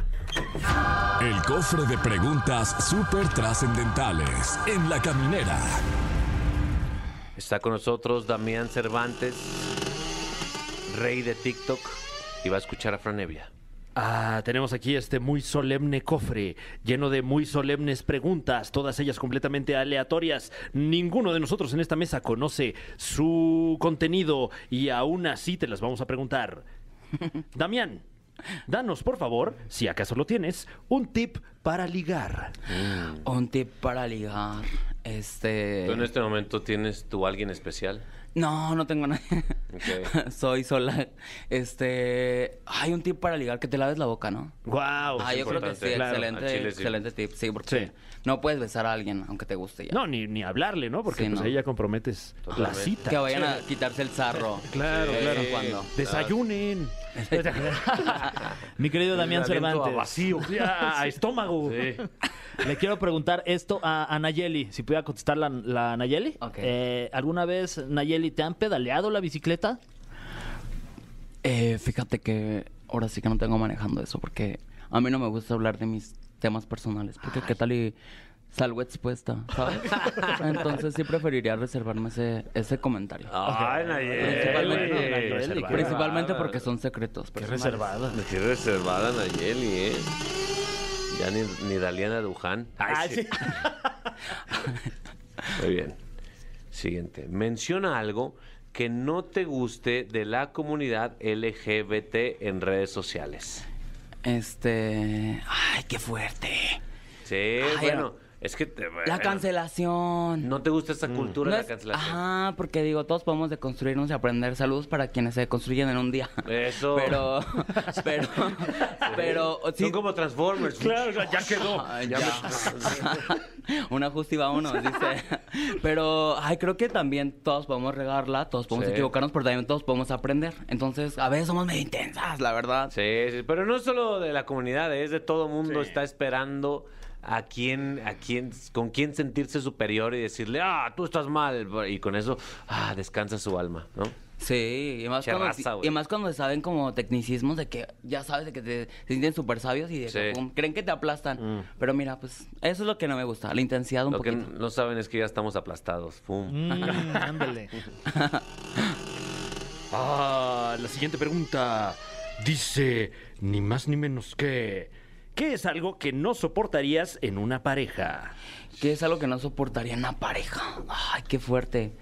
[SPEAKER 1] El cofre de preguntas súper trascendentales en la caminera.
[SPEAKER 2] Está con nosotros Damián Cervantes, rey de TikTok, y va a escuchar a Fran Evia.
[SPEAKER 3] Ah, tenemos aquí este muy solemne cofre, lleno de muy solemnes preguntas, todas ellas completamente aleatorias. Ninguno de nosotros en esta mesa conoce su contenido y aún así te las vamos a preguntar. Damián, danos por favor, si acaso lo tienes, un tip para ligar.
[SPEAKER 7] Un tip para ligar. Este...
[SPEAKER 2] Tú en este momento tienes tú alguien especial.
[SPEAKER 7] No, no tengo nada.
[SPEAKER 2] Ok.
[SPEAKER 7] Soy sola. Este, hay un tip para ligar que te laves la boca, ¿no?
[SPEAKER 3] Wow.
[SPEAKER 7] ah, yo creo que sí,
[SPEAKER 2] Pues importante. Claro,
[SPEAKER 7] excelente,
[SPEAKER 2] al chile sí.
[SPEAKER 7] excelente tip, sí, porque
[SPEAKER 3] Sí.
[SPEAKER 7] no puedes besar a alguien aunque te guste ya.
[SPEAKER 3] No, ni, ni hablarle, ¿no? Porque
[SPEAKER 7] Sí,
[SPEAKER 3] pues
[SPEAKER 7] no.
[SPEAKER 3] ahí ya comprometes la
[SPEAKER 2] Totalmente.
[SPEAKER 3] cita.
[SPEAKER 7] Que vayan a quitarse el sarro.
[SPEAKER 3] Claro,
[SPEAKER 7] de vez
[SPEAKER 3] claro.
[SPEAKER 7] en Cuando.
[SPEAKER 3] Desayunen.
[SPEAKER 4] Mi querido Damián
[SPEAKER 2] aliento a
[SPEAKER 4] Cervantes.
[SPEAKER 3] Vacío. A estómago.
[SPEAKER 4] Le quiero preguntar esto a, a Nayeli, si pudiera contestar la, la Nayeli.
[SPEAKER 7] Ok.
[SPEAKER 4] Eh, ¿Alguna vez, Nayeli, te han pedaleado la bicicleta?
[SPEAKER 7] Eh, fíjate que ahora sí que no tengo manejando eso porque a mí no me gusta hablar de mis temas personales, porque qué tal y salgo expuesta, ¿sabes? Entonces sí preferiría reservarme ese ese comentario.
[SPEAKER 2] Ay, Nayeli.
[SPEAKER 7] Principalmente-
[SPEAKER 2] Qué
[SPEAKER 3] Nayeli,
[SPEAKER 2] reservada.
[SPEAKER 7] Principalmente porque son secretos.
[SPEAKER 4] Qué
[SPEAKER 7] personales.
[SPEAKER 4] reservada.
[SPEAKER 2] Qué reservada Nayeli, ¿eh? Ya ni, ni Daliana Duján.
[SPEAKER 4] Ay, sí.
[SPEAKER 2] Muy bien. Siguiente. Menciona algo que no te guste de la comunidad LGBT en redes sociales.
[SPEAKER 7] Este. Ay, qué fuerte.
[SPEAKER 2] Sí,
[SPEAKER 7] Ay,
[SPEAKER 2] bueno,
[SPEAKER 7] no.
[SPEAKER 2] es que te-
[SPEAKER 7] La
[SPEAKER 2] bueno,
[SPEAKER 7] cancelación.
[SPEAKER 2] No te gusta esa cultura
[SPEAKER 7] No
[SPEAKER 2] de
[SPEAKER 7] es-
[SPEAKER 2] la cancelación.
[SPEAKER 7] Ajá, porque digo, todos podemos deconstruirnos y aprender. Saludos para quienes se construyen en un día.
[SPEAKER 2] Eso.
[SPEAKER 7] Pero. Pero. Pero. sí-
[SPEAKER 2] Son como Transformers.
[SPEAKER 3] ya quedó.
[SPEAKER 7] Ay, ya. Una justa y vámonos, dice. Pero, ay, creo que también todos podemos regarla, todos podemos
[SPEAKER 2] Sí.
[SPEAKER 7] equivocarnos, pero también todos podemos aprender. Entonces, a veces somos medio intensas, la verdad.
[SPEAKER 2] Sí, sí, pero no solo de la comunidad, es de todo mundo está esperando a quién, a quién, con quién sentirse superior y decirle, ah, tú estás mal, y con eso, ah, descansa su alma, ¿no?
[SPEAKER 7] Sí, y más,
[SPEAKER 2] Che
[SPEAKER 7] cuando,
[SPEAKER 2] raza, güey.
[SPEAKER 7] y más cuando saben como tecnicismos de que ya sabes de que te se sienten súper sabios y de que,
[SPEAKER 2] Sí. Mm.
[SPEAKER 7] pum, creen que te aplastan. Pero mira, pues eso es lo que no me gusta, la intensidad un
[SPEAKER 2] Lo que
[SPEAKER 7] poquito.
[SPEAKER 2] no saben es que ya estamos aplastados. Pum.
[SPEAKER 4] Mm, ándale.
[SPEAKER 3] Ah, la siguiente pregunta dice, ni más ni menos que... ¿Qué es algo que no soportarías en una pareja?
[SPEAKER 7] Que es algo que no soportaría en una pareja. Ay, qué fuerte.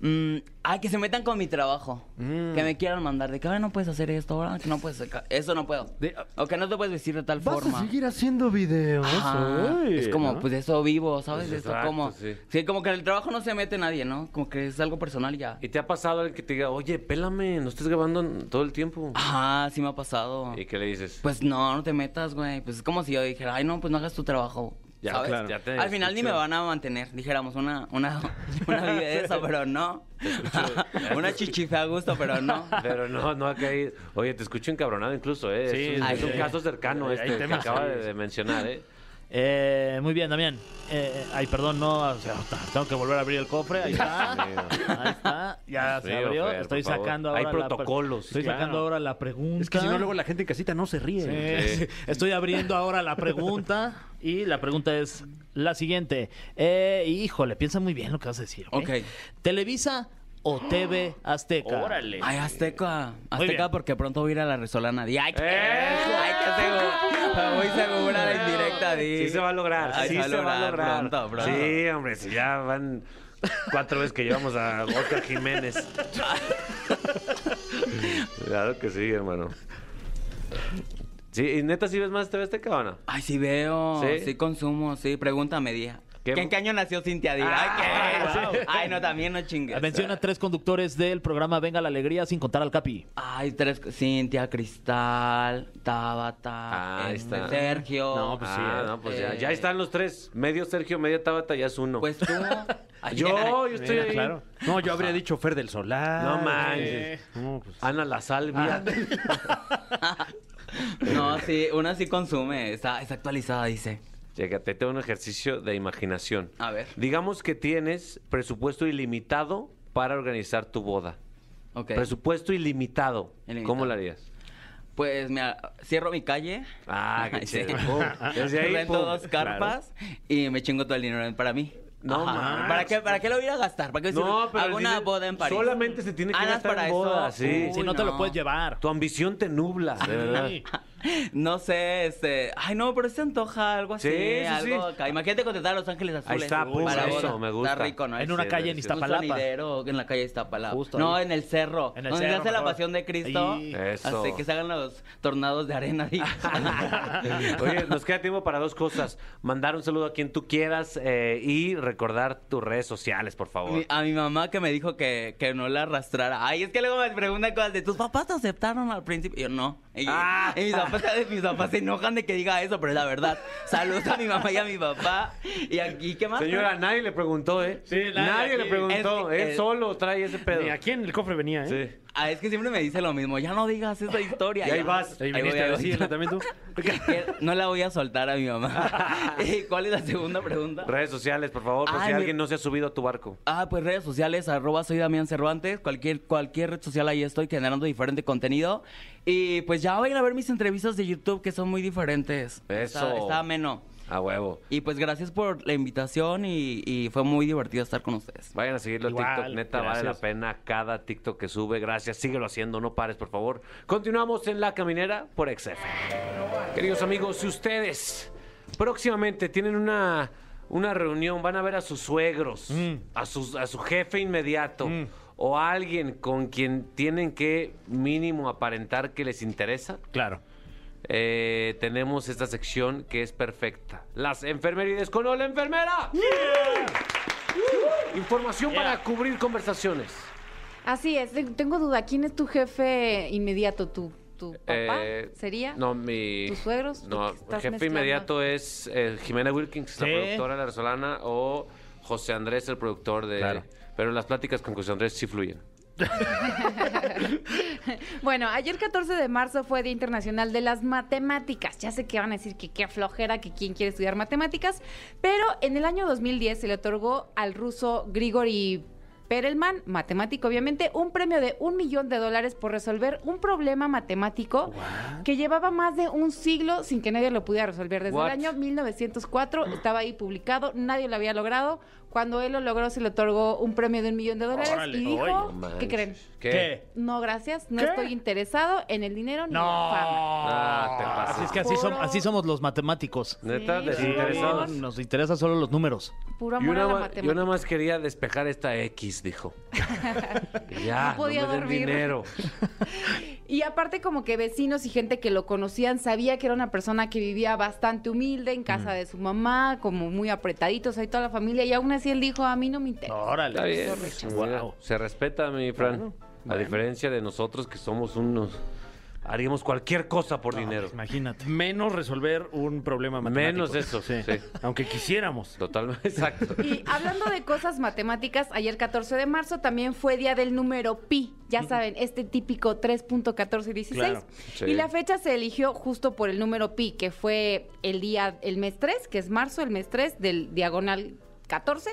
[SPEAKER 7] mm, ay, que se metan con mi trabajo.
[SPEAKER 2] Mm.
[SPEAKER 7] Que me quieran mandar de que ahora no puedes hacer esto, ahora que no puedes. hacer ca- Eso no puedo.
[SPEAKER 3] De-
[SPEAKER 7] o que no te puedes vestir de tal
[SPEAKER 8] Vas
[SPEAKER 7] forma.
[SPEAKER 8] a seguir haciendo videos.
[SPEAKER 7] Ajá,
[SPEAKER 3] Ay,
[SPEAKER 2] ¿eh?
[SPEAKER 7] es como,
[SPEAKER 3] ¿no?
[SPEAKER 7] pues de eso vivo, ¿sabes? De eso
[SPEAKER 2] Exacto,
[SPEAKER 7] como.
[SPEAKER 2] sí.
[SPEAKER 7] Sí. como que en el trabajo no se mete nadie, ¿no? Como que es algo personal y ya.
[SPEAKER 2] ¿Y te ha pasado el que te diga, oye, pélame, no estés grabando en- todo el tiempo?
[SPEAKER 7] Ajá, sí me ha pasado.
[SPEAKER 2] ¿Y qué le dices?
[SPEAKER 7] Ah. Pues no, no te metas, güey. Pues es como si yo dijera, ay, no, pues no hagas tu trabajo.
[SPEAKER 2] Ya,
[SPEAKER 7] ¿sabes?
[SPEAKER 2] claro. Ya te
[SPEAKER 7] Al final ni me
[SPEAKER 2] escucho.
[SPEAKER 7] van a mantener, dijéramos, una, una, una vida de eso, pero no. una chichife a gusto, pero no.
[SPEAKER 2] Pero no, no ha caído. Oye, te escucho encabronado incluso, ¿eh?
[SPEAKER 3] Sí,
[SPEAKER 2] es un,
[SPEAKER 7] sí,
[SPEAKER 2] es un
[SPEAKER 7] sí.
[SPEAKER 2] caso cercano
[SPEAKER 3] Hay
[SPEAKER 2] este que
[SPEAKER 3] temas
[SPEAKER 2] acaba
[SPEAKER 3] ahí,
[SPEAKER 2] de,
[SPEAKER 3] sí.
[SPEAKER 2] de mencionar, ¿eh?
[SPEAKER 4] Eh, muy bien, Damián. Eh, ay, perdón, no. o sea, tengo que volver a abrir el cofre. Ahí está. Ahí está. Ya se
[SPEAKER 2] mío,
[SPEAKER 4] abrió.
[SPEAKER 2] Fer, por
[SPEAKER 4] Estoy
[SPEAKER 2] favor.
[SPEAKER 4] sacando ahora.
[SPEAKER 2] Hay
[SPEAKER 4] la per-
[SPEAKER 2] protocolos,
[SPEAKER 4] Estoy
[SPEAKER 3] claro.
[SPEAKER 4] sacando ahora la pregunta.
[SPEAKER 3] Es que si no, luego la gente en casita no se ríe.
[SPEAKER 4] Eh,
[SPEAKER 2] Sí.
[SPEAKER 4] Estoy abriendo ahora la pregunta. Y la pregunta es la siguiente. Eh, híjole, piensa muy bien lo que vas a decir.
[SPEAKER 7] Ok.
[SPEAKER 4] ¿Televisa o TV Azteca?
[SPEAKER 3] Órale.
[SPEAKER 7] Ay, Azteca.
[SPEAKER 4] bien.
[SPEAKER 7] Azteca porque pronto voy a ir a la Resolana. Di, Ay, qué, ay, qué seguro. Muy segura la indirecta, di.
[SPEAKER 2] Sí se va a lograr,
[SPEAKER 7] Ay,
[SPEAKER 2] sí se va a lograr.
[SPEAKER 7] Pronto, pronto.
[SPEAKER 2] Sí, hombre, si ya van cuatro veces que llevamos a Oscar Jiménez. claro que sí, hermano. Sí, ¿y neta si ves más TV Azteca o no?
[SPEAKER 7] Ay, sí veo,
[SPEAKER 2] ¿Sí?
[SPEAKER 7] sí, consumo, sí. Pregúntame, Día.
[SPEAKER 2] ¿Qué- Ah,
[SPEAKER 7] ¿Qué? ¿En qué año nació Cintia Díaz? Ay,
[SPEAKER 4] wow.
[SPEAKER 7] ¿qué? Ay, no, también no chingues.
[SPEAKER 4] Menciona tres conductores del programa Venga la Alegría sin contar al Capi.
[SPEAKER 7] Ay, tres. Cintia, Cristal, Tabata,
[SPEAKER 2] Ah, ahí
[SPEAKER 7] este,
[SPEAKER 2] está.
[SPEAKER 7] Sergio.
[SPEAKER 3] No, pues sí,
[SPEAKER 2] ah,
[SPEAKER 3] eh.
[SPEAKER 2] no, pues ya,
[SPEAKER 7] Eh.
[SPEAKER 2] ya están los tres. Medio Sergio, medio Tabata, ya es uno.
[SPEAKER 7] Pues tú. Ay,
[SPEAKER 2] yo, yo estoy
[SPEAKER 3] Mira,
[SPEAKER 2] ahí.
[SPEAKER 3] claro. No, yo habría dicho Fer del Solar.
[SPEAKER 2] No manches.
[SPEAKER 3] No, pues.
[SPEAKER 2] Ana La Salvia.
[SPEAKER 7] No, sí, una sí consume. Está, está actualizada, dice.
[SPEAKER 2] Chécate, tengo un ejercicio de imaginación.
[SPEAKER 7] A ver.
[SPEAKER 2] Digamos que tienes presupuesto ilimitado para organizar tu boda.
[SPEAKER 7] Ok.
[SPEAKER 2] Presupuesto ilimitado.
[SPEAKER 7] Ilimitado.
[SPEAKER 2] ¿Cómo lo harías?
[SPEAKER 7] Pues mira, cierro mi calle.
[SPEAKER 2] Ah, qué
[SPEAKER 7] Ay, sí.
[SPEAKER 2] chévere. Pum. Desde ahí,
[SPEAKER 7] Rento
[SPEAKER 2] pum.
[SPEAKER 7] dos carpas y me chingo todo el dinero para mí.
[SPEAKER 2] No
[SPEAKER 7] Ajá.
[SPEAKER 2] manches.
[SPEAKER 7] ¿Para qué, ¿Para qué lo voy a ir a gastar? ¿Para qué voy a decir,
[SPEAKER 2] el
[SPEAKER 7] hago una
[SPEAKER 2] dinero
[SPEAKER 7] boda en París?
[SPEAKER 2] Solamente se tiene que
[SPEAKER 7] Ah, ¿no es
[SPEAKER 2] gastar
[SPEAKER 7] para
[SPEAKER 2] en
[SPEAKER 7] eso?
[SPEAKER 2] boda, sí.
[SPEAKER 7] Uy,
[SPEAKER 4] si no, te lo
[SPEAKER 7] no.
[SPEAKER 4] puedes llevar.
[SPEAKER 2] Tu ambición te nubla, de verdad.
[SPEAKER 7] No sé, este. Ay, no, pero se antoja algo así.
[SPEAKER 2] Sí, sí,
[SPEAKER 7] algo
[SPEAKER 2] sí.
[SPEAKER 7] acá. Imagínate contratar a Los Ángeles Azules.
[SPEAKER 2] está,
[SPEAKER 7] Uy,
[SPEAKER 2] pues,
[SPEAKER 7] para
[SPEAKER 2] eso,
[SPEAKER 7] boda.
[SPEAKER 2] me gusta.
[SPEAKER 7] Está rico, ¿no?
[SPEAKER 4] En una
[SPEAKER 2] Sí,
[SPEAKER 4] calle en
[SPEAKER 2] delicioso.
[SPEAKER 7] Un
[SPEAKER 4] Iztapalapa.
[SPEAKER 7] sonidero en la calle Iztapalapa.
[SPEAKER 4] Justo
[SPEAKER 7] no,
[SPEAKER 4] ahí.
[SPEAKER 7] en el cerro.
[SPEAKER 4] En el
[SPEAKER 7] donde
[SPEAKER 4] cerro,
[SPEAKER 7] se hace la
[SPEAKER 4] mejor.
[SPEAKER 7] pasión de Cristo.
[SPEAKER 4] Ahí.
[SPEAKER 2] Eso.
[SPEAKER 7] Así que se hagan los tornados de arena. digo.
[SPEAKER 2] Oye, nos queda tiempo para dos cosas. Mandar un saludo a quien tú quieras eh, y recordar tus redes sociales, por favor.
[SPEAKER 7] Mi- a mi mamá que me dijo que, que no la arrastrara. Ay, es que luego me preguntan cosas de tus papás te aceptaron al principio. Y yo no. Y,
[SPEAKER 2] Ah.
[SPEAKER 7] y mis, papás, mis papás se enojan de que diga eso, pero es la verdad. Saludos a mi mamá y a mi papá. ¿Y aquí qué más?
[SPEAKER 2] Señora, nadie le preguntó, ¿eh?
[SPEAKER 3] Sí, nadie
[SPEAKER 2] nadie le
[SPEAKER 3] aquí.
[SPEAKER 2] preguntó.
[SPEAKER 7] Es que-
[SPEAKER 2] Él
[SPEAKER 7] eh,
[SPEAKER 2] solo trae ese pedo.
[SPEAKER 3] Ni aquí en el cofre venía, ¿eh?
[SPEAKER 2] Sí.
[SPEAKER 7] Ah, es que siempre me dice lo mismo. Ya no digas esa historia.
[SPEAKER 2] Y ahí
[SPEAKER 7] ya.
[SPEAKER 2] vas.
[SPEAKER 3] Ahí
[SPEAKER 7] voy,
[SPEAKER 3] viniste a
[SPEAKER 7] voy.
[SPEAKER 3] decirlo también tú.
[SPEAKER 7] Que No la voy a soltar a mi mamá. ¿Y ¿Cuál es la segunda pregunta?
[SPEAKER 2] Redes sociales, por favor, por
[SPEAKER 7] Ay,
[SPEAKER 2] si
[SPEAKER 7] mi-
[SPEAKER 2] alguien no se ha subido a tu barco.
[SPEAKER 7] Ah, pues redes sociales, arroba soy Damián Cervantes, cualquier, cualquier red social ahí estoy generando diferente contenido. Y pues ya vayan a ver mis entrevistas de YouTube que son muy diferentes.
[SPEAKER 2] Eso.
[SPEAKER 7] Está, está ameno.
[SPEAKER 2] A huevo.
[SPEAKER 7] Y pues gracias por la invitación y, y fue muy divertido estar con ustedes.
[SPEAKER 2] Vayan a seguirlo en
[SPEAKER 3] Igual,
[SPEAKER 2] TikTok. Neta, vale la
[SPEAKER 3] gracias.
[SPEAKER 2] pena cada TikTok que sube. Gracias. Síguelo haciendo, no pares, por favor. Continuamos en La Caminera por XF. Queridos amigos, si ustedes próximamente tienen una, una reunión, van a ver a sus suegros,
[SPEAKER 3] Mm.
[SPEAKER 2] a, sus, a su jefe inmediato o a alguien con quien tienen que mínimo aparentar que les interesa,
[SPEAKER 3] Claro.
[SPEAKER 2] eh, tenemos esta sección que es perfecta. Las enfermerías con Hola Enfermera. Información para cubrir conversaciones.
[SPEAKER 9] Así es, te- tengo duda, ¿quién es tu jefe inmediato? ¿Tu, tu papá
[SPEAKER 2] Eh,
[SPEAKER 9] sería?
[SPEAKER 2] No, mi...
[SPEAKER 9] ¿Tus suegros?
[SPEAKER 2] No,
[SPEAKER 9] ¿Tú qué estás
[SPEAKER 2] jefe
[SPEAKER 9] mezclando?
[SPEAKER 2] inmediato es eh, Jimena Wilkins, la
[SPEAKER 4] Sí.
[SPEAKER 2] productora de La Resolana, o José Andrés, el productor de...
[SPEAKER 3] Claro.
[SPEAKER 2] Pero las pláticas con José Andrés sí fluyen.
[SPEAKER 9] Bueno, ayer 14 de marzo fue Día Internacional de las Matemáticas. Ya sé que van a decir que qué flojera, que quién quiere estudiar matemáticas, pero en el año 2010 se le otorgó al ruso Grigori Perelman, matemático obviamente, un premio de un millón de dólares por resolver un problema matemático que llevaba más de un siglo sin que nadie lo pudiera resolver. Desde
[SPEAKER 2] What?
[SPEAKER 9] el año 1904 estaba ahí publicado, nadie lo había logrado. Cuando él lo logró se le otorgó un premio de un millón de dólares
[SPEAKER 3] Órale.
[SPEAKER 9] y dijo,
[SPEAKER 3] Oye, no
[SPEAKER 9] ¿qué creen?
[SPEAKER 2] ¿Qué?
[SPEAKER 9] No, gracias. No
[SPEAKER 3] ¿Qué?
[SPEAKER 9] estoy interesado en el dinero ni la fama.
[SPEAKER 4] No.
[SPEAKER 2] Ah, te pasas.
[SPEAKER 4] Así es que así, som-
[SPEAKER 9] Puro-
[SPEAKER 4] así somos los matemáticos.
[SPEAKER 2] Neta,
[SPEAKER 9] Sí,
[SPEAKER 2] desinteresados.
[SPEAKER 9] sí.
[SPEAKER 4] Nos interesan solo los números.
[SPEAKER 9] Puro
[SPEAKER 2] Yo
[SPEAKER 9] amor a
[SPEAKER 2] nada,
[SPEAKER 9] la
[SPEAKER 2] más, yo
[SPEAKER 9] matemática.
[SPEAKER 2] nada más quería despejar esta X. Twitch, dijo. Y ya,
[SPEAKER 9] No podía
[SPEAKER 2] me den
[SPEAKER 9] dormir.
[SPEAKER 2] dinero.
[SPEAKER 9] Y aparte como que vecinos y gente que lo conocían sabía que era una persona que vivía bastante humilde en casa de su mamá, como muy apretaditos ahí toda la familia y aún así él dijo, a mí no me interesa.
[SPEAKER 3] Órale.
[SPEAKER 2] Está bien. Mira,
[SPEAKER 3] Wow.
[SPEAKER 2] Se respeta, mi Fran. A diferencia de nosotros que somos unos... Haríamos cualquier cosa por dinero.
[SPEAKER 4] Imagínate.
[SPEAKER 3] Menos resolver un problema matemático.
[SPEAKER 2] Menos eso, sí.
[SPEAKER 3] Aunque quisiéramos.
[SPEAKER 2] Totalmente, exacto.
[SPEAKER 9] Y hablando de cosas matemáticas, ayer 14 de marzo también fue día del número pi, ya saben, este típico 3.1416.
[SPEAKER 3] Claro,
[SPEAKER 2] sí.
[SPEAKER 9] Y la fecha se eligió justo por el número pi, que fue el día, el mes 3, que es marzo, el mes 3 del diagonal 14,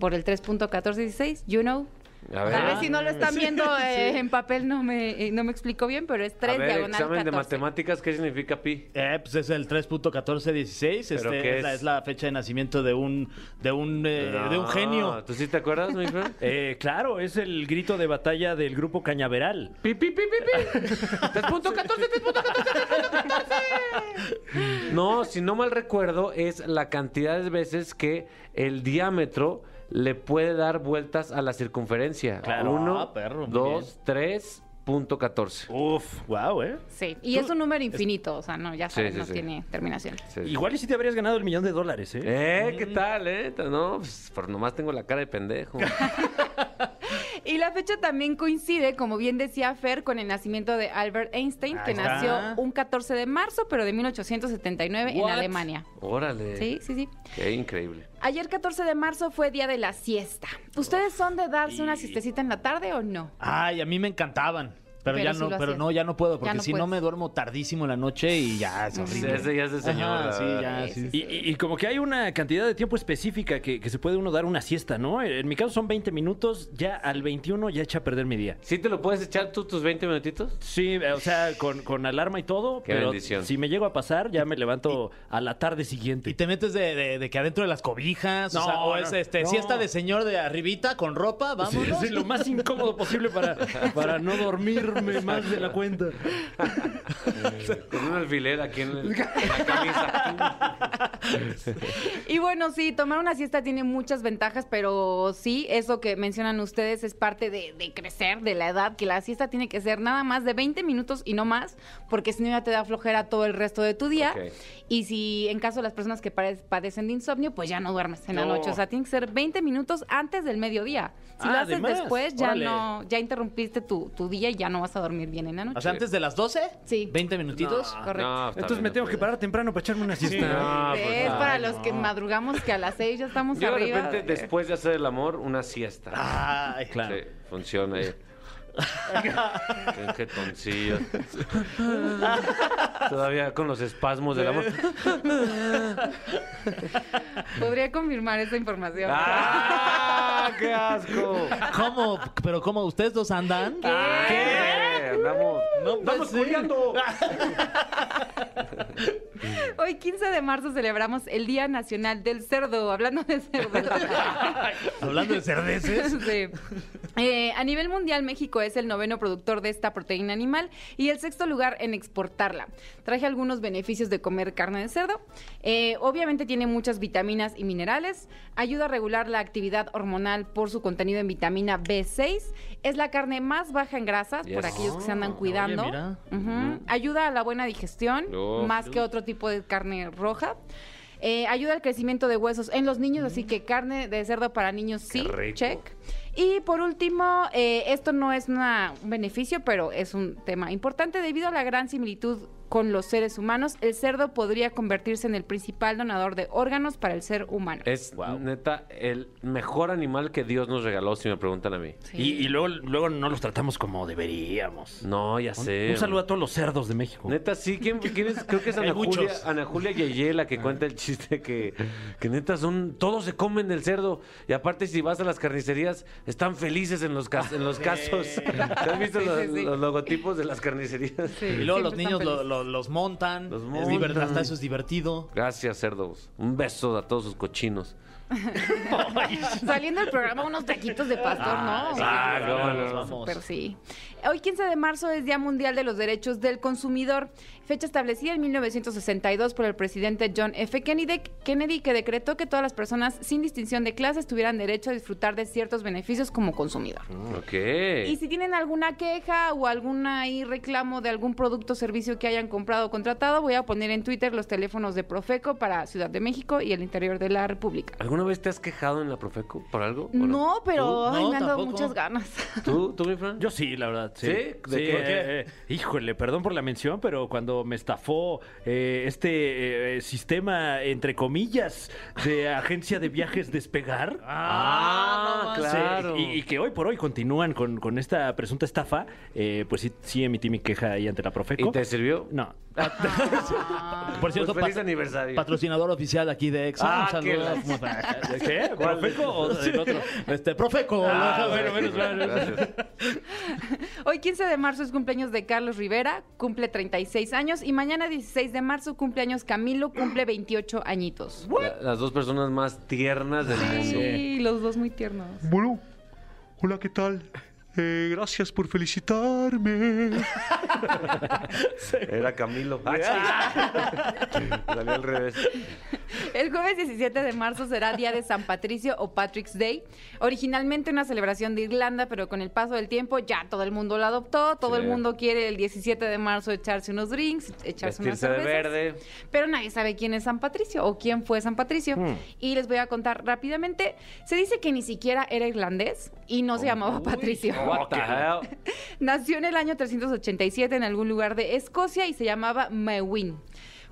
[SPEAKER 9] por el 3.1416, you know.
[SPEAKER 2] A
[SPEAKER 9] Tal vez si no lo están viendo eh, en papel no me, eh, no me explico bien, pero es 3
[SPEAKER 2] a ver,
[SPEAKER 9] diagonal
[SPEAKER 2] examen
[SPEAKER 9] 14.
[SPEAKER 2] de matemáticas, ¿qué significa pi?
[SPEAKER 4] Eh, pues es el 3.1416.
[SPEAKER 2] ¿Pero
[SPEAKER 4] Este,
[SPEAKER 2] qué
[SPEAKER 4] es, la,
[SPEAKER 2] es?
[SPEAKER 4] es la fecha de nacimiento de un, de un, eh, de un
[SPEAKER 2] No,
[SPEAKER 4] genio.
[SPEAKER 2] ¿Tú sí te acuerdas, mi Fran?
[SPEAKER 3] Eh, claro, es el grito de batalla del grupo Cañaveral.
[SPEAKER 2] Pi, pi, pi, pi, pi. 3.14, 3.14. No, si no mal recuerdo, es la cantidad de veces que el diámetro le puede dar vueltas a la circunferencia.
[SPEAKER 3] Claro.
[SPEAKER 2] Uno,
[SPEAKER 4] Ah, perro, muy
[SPEAKER 2] dos, tres, punto catorce.
[SPEAKER 3] Uf, wow, ¿eh?
[SPEAKER 9] Sí, y es un número infinito, o sea, no, ya
[SPEAKER 2] Sí,
[SPEAKER 9] saben,
[SPEAKER 2] sí,
[SPEAKER 9] no
[SPEAKER 2] sí.
[SPEAKER 9] tiene terminación.
[SPEAKER 2] Sí.
[SPEAKER 3] Igual y si te habrías ganado el millón de dólares, ¿eh?
[SPEAKER 2] Eh,
[SPEAKER 4] Mm.
[SPEAKER 2] ¿qué tal, eh? No, pues, por nomás tengo la cara de pendejo.
[SPEAKER 9] Y la fecha también coincide, como bien decía Fer, con el nacimiento de Albert Einstein, que
[SPEAKER 3] Ahí está.
[SPEAKER 9] nació un 14 de marzo, pero de 1879
[SPEAKER 3] What?
[SPEAKER 9] en Alemania.
[SPEAKER 2] Órale.
[SPEAKER 9] Sí, sí, sí.
[SPEAKER 2] Qué increíble.
[SPEAKER 9] Ayer 14 de marzo fue día de la siesta. ¿Ustedes son de darse una siestecita en la tarde o no?
[SPEAKER 4] Ay, a mí me encantaban. Pero,
[SPEAKER 9] Pero
[SPEAKER 4] ya
[SPEAKER 9] sí
[SPEAKER 4] no,
[SPEAKER 9] lo
[SPEAKER 4] pero
[SPEAKER 9] hacías.
[SPEAKER 4] no, ya no puedo, porque
[SPEAKER 9] no
[SPEAKER 4] si no
[SPEAKER 9] puedes.
[SPEAKER 4] me duermo tardísimo en la noche y ya es
[SPEAKER 2] Sí,
[SPEAKER 4] horrible.
[SPEAKER 2] ese ya es de señor.
[SPEAKER 4] Ajá,
[SPEAKER 2] la
[SPEAKER 4] sí,
[SPEAKER 2] verdad.
[SPEAKER 4] ya,
[SPEAKER 9] Sí,
[SPEAKER 4] sí,
[SPEAKER 9] sí,
[SPEAKER 4] sí.
[SPEAKER 3] Y, y- y como que hay una cantidad de tiempo específica que, que se puede uno dar una siesta, ¿no? En mi caso son 20 minutos, ya al 21 ya echa a perder mi día.
[SPEAKER 2] ¿Sí te lo puedes echar tú tus 20 minutitos?
[SPEAKER 3] Sí, eh, o sea, con, con alarma y todo,
[SPEAKER 2] Qué
[SPEAKER 3] pero
[SPEAKER 2] bendición.
[SPEAKER 3] si me llego a pasar ya me levanto a la tarde siguiente.
[SPEAKER 4] Y te metes de, de- de que adentro de las cobijas, o,
[SPEAKER 3] No,
[SPEAKER 4] sea, o es
[SPEAKER 3] no,
[SPEAKER 4] este,
[SPEAKER 3] no.
[SPEAKER 4] siesta de señor de arribita con ropa,
[SPEAKER 3] Sí,
[SPEAKER 4] vámonos.
[SPEAKER 3] sí, lo más incómodo posible para, para no dormirme más de la cuenta.
[SPEAKER 2] Con un alfiler aquí en, el- en la camisa.
[SPEAKER 9] Y bueno, sí, tomar una siesta tiene muchas ventajas, pero sí, eso que mencionan ustedes es parte de, de crecer, de la edad, que la siesta tiene que ser nada más de 20 minutos y no más, porque si no ya te da flojera todo el resto de tu día.
[SPEAKER 2] Ok.
[SPEAKER 9] Y si en caso de las personas que pade- padecen de insomnio, pues ya no duermes en la
[SPEAKER 3] No.
[SPEAKER 9] noche. O sea, tiene que ser 20 minutos antes del mediodía. Si
[SPEAKER 3] Ah,
[SPEAKER 9] lo haces
[SPEAKER 3] además,
[SPEAKER 9] después, ya
[SPEAKER 3] órale.
[SPEAKER 9] no, ya interrumpiste tu, tu día y ya no vas a dormir bien en la noche.
[SPEAKER 4] O sea, antes de las 12,
[SPEAKER 9] Sí.
[SPEAKER 4] 20 minutitos.
[SPEAKER 9] Correcto.
[SPEAKER 2] No, está
[SPEAKER 3] Entonces
[SPEAKER 2] bien,
[SPEAKER 3] me
[SPEAKER 2] no
[SPEAKER 3] tengo que
[SPEAKER 2] puedo.
[SPEAKER 3] parar temprano para echarme una siesta.
[SPEAKER 2] No, pues,
[SPEAKER 9] Es
[SPEAKER 2] no.
[SPEAKER 9] para los que madrugamos que a las 6 ya estamos
[SPEAKER 2] Yo de
[SPEAKER 9] arriba.
[SPEAKER 2] repente, después de hacer el amor, una siesta.
[SPEAKER 3] Ah.
[SPEAKER 4] Ay,
[SPEAKER 2] Sí, funciona. eh. Qué jetoncillo. Todavía con los espasmos del amor.
[SPEAKER 9] Podría confirmar esa información.
[SPEAKER 2] ¡Ah! ¡Qué asco!
[SPEAKER 4] ¿Cómo? ¿Pero cómo? ¿Ustedes dos andan?
[SPEAKER 2] ¿Qué? Andamos, andamos
[SPEAKER 4] puede ser.
[SPEAKER 2] culiando.
[SPEAKER 9] Hoy 15 de marzo celebramos el Día Nacional del Cerdo, hablando de cerdo.
[SPEAKER 4] Hablando de cerdeces.
[SPEAKER 9] Sí. Eh, a nivel mundial, México es el noveno productor de esta proteína animal y el sexto lugar en exportarla. Traje algunos beneficios de comer carne de cerdo. Eh, obviamente tiene muchas vitaminas y minerales. Ayuda a regular la actividad hormonal por su contenido en vitamina B6. Es la carne más baja en grasas por
[SPEAKER 2] Yes.
[SPEAKER 9] aquellos que se andan cuidando.
[SPEAKER 4] mira.
[SPEAKER 9] Ujú. Ayuda a la buena digestión,
[SPEAKER 2] Uf.
[SPEAKER 9] más que otro tipo de carne roja. Eh, ayuda al crecimiento de huesos en los niños, así que carne de cerdo para niños sí,
[SPEAKER 2] rico.
[SPEAKER 9] check. Y por último, eh, esto no es una- un beneficio, pero es un tema importante. Debido a la gran similitud con los seres humanos, el cerdo podría convertirse en el principal donador de órganos para el ser humano.
[SPEAKER 2] Es neta el mejor animal que Dios nos regaló, si me preguntan a mí.
[SPEAKER 9] Sí.
[SPEAKER 3] Y, y luego, luego no los tratamos como deberíamos.
[SPEAKER 2] No, ya sé.
[SPEAKER 3] Un saludo a todos los cerdos de México.
[SPEAKER 2] Neta, sí, ¿quién, quién es? Creo que es Ana
[SPEAKER 4] Hay muchos.
[SPEAKER 2] Julia, Ana Julia Yeye la que cuenta el chiste que, que neta son, todos se comen del cerdo. Y aparte, si vas a las carnicerías, están felices en los, cas- en los casos. ¿Te has visto
[SPEAKER 9] Sí, sí,
[SPEAKER 2] los,
[SPEAKER 9] sí.
[SPEAKER 2] los logotipos de las carnicerías?
[SPEAKER 9] Sí,
[SPEAKER 4] Y luego los
[SPEAKER 9] siempre
[SPEAKER 4] niños
[SPEAKER 9] están
[SPEAKER 4] lo-
[SPEAKER 9] felices.
[SPEAKER 4] lo- los montan.
[SPEAKER 2] Los
[SPEAKER 4] Es diver-
[SPEAKER 2] montan.
[SPEAKER 4] hasta eso es divertido.
[SPEAKER 2] Gracias, cerdos. Un beso a todos sus cochinos.
[SPEAKER 9] Saliendo del programa, unos taquitos de pastor, ¿no?
[SPEAKER 3] Ah, no,
[SPEAKER 9] Claro,
[SPEAKER 3] no,
[SPEAKER 9] vamos.
[SPEAKER 4] vamos.
[SPEAKER 9] Pero sí. Hoy, 15 de marzo, es Día Mundial de los Derechos del Consumidor, fecha establecida en 1962 por el presidente John F. Kennedy, Kennedy, que decretó que todas las personas, sin distinción de clases, tuvieran derecho a disfrutar de ciertos beneficios como consumidor. Y
[SPEAKER 2] Ok.
[SPEAKER 9] si tienen alguna queja o algún ahí reclamo de algún producto o servicio que hayan comprado o contratado, voy a poner en Twitter los teléfonos de Profeco para Ciudad de México y el interior de la República.
[SPEAKER 2] ¿Alguna vez te has quejado en la Profeco por algo? o
[SPEAKER 9] No, pero
[SPEAKER 4] ¿Tú?
[SPEAKER 9] ay,
[SPEAKER 4] No,
[SPEAKER 9] me han dado
[SPEAKER 4] tampoco.
[SPEAKER 9] muchas ganas.
[SPEAKER 2] ¿Tú, tú, mi Fran?
[SPEAKER 3] Yo sí, la verdad. Sí.
[SPEAKER 2] ¿Sí? ¿De
[SPEAKER 3] Sí,
[SPEAKER 2] qué?
[SPEAKER 3] eh,
[SPEAKER 2] ¿Por qué?
[SPEAKER 3] eh, híjole, perdón por la mención, pero cuando me estafó eh, este eh, sistema, entre comillas, de agencia de viajes despegar.
[SPEAKER 2] Ah,
[SPEAKER 3] Sí,
[SPEAKER 2] claro.
[SPEAKER 3] y, y que hoy por hoy continúan con, con esta presunta estafa, eh, pues sí, sí emití mi queja ahí ante la Profeco.
[SPEAKER 2] ¿Y te sirvió?
[SPEAKER 3] No.
[SPEAKER 9] Ah.
[SPEAKER 4] Por cierto,
[SPEAKER 2] Pues feliz
[SPEAKER 4] pat-
[SPEAKER 2] aniversario.
[SPEAKER 4] patrocinador oficial aquí de Exa.
[SPEAKER 2] Ah,
[SPEAKER 4] Un saludo.
[SPEAKER 2] qué la-
[SPEAKER 4] Como para-
[SPEAKER 3] ¿Qué?
[SPEAKER 2] ¿Cuál?
[SPEAKER 3] ¿Profeco o del otro?
[SPEAKER 4] Este, Profeco.
[SPEAKER 3] Ah,
[SPEAKER 4] ¿no?
[SPEAKER 3] bueno, menos mal.
[SPEAKER 2] Gracias.
[SPEAKER 9] Hoy 15 de marzo es cumpleaños de Carlos Rivera, cumple 36 años y mañana 16 de marzo cumpleaños Camilo, cumple 28 añitos.
[SPEAKER 2] La- las dos personas más tiernas del mundo.
[SPEAKER 9] Sí, los dos muy tiernos.
[SPEAKER 8] Bueno, hola, ¿qué tal? Eh, gracias por felicitarme.
[SPEAKER 2] Era Camilo. Ah, sí. Salió al revés.
[SPEAKER 9] El jueves 17 de marzo será Día de San Patricio o Patrick's Day. Originalmente una celebración de Irlanda, pero con el paso del tiempo ya todo el mundo la adoptó. Todo
[SPEAKER 2] Sí.
[SPEAKER 9] el mundo quiere el 17 de marzo echarse unos drinks, echarse unas
[SPEAKER 2] Vestirse de
[SPEAKER 9] cervezas.
[SPEAKER 2] verde.
[SPEAKER 9] Pero nadie sabe quién es San Patricio o quién fue San Patricio. Y les voy a contar rápidamente. Se dice que ni siquiera era irlandés y no se llamaba Patricio.
[SPEAKER 2] What the hell?
[SPEAKER 9] Nació en el año 387 en algún lugar de Escocia y se llamaba Mewin.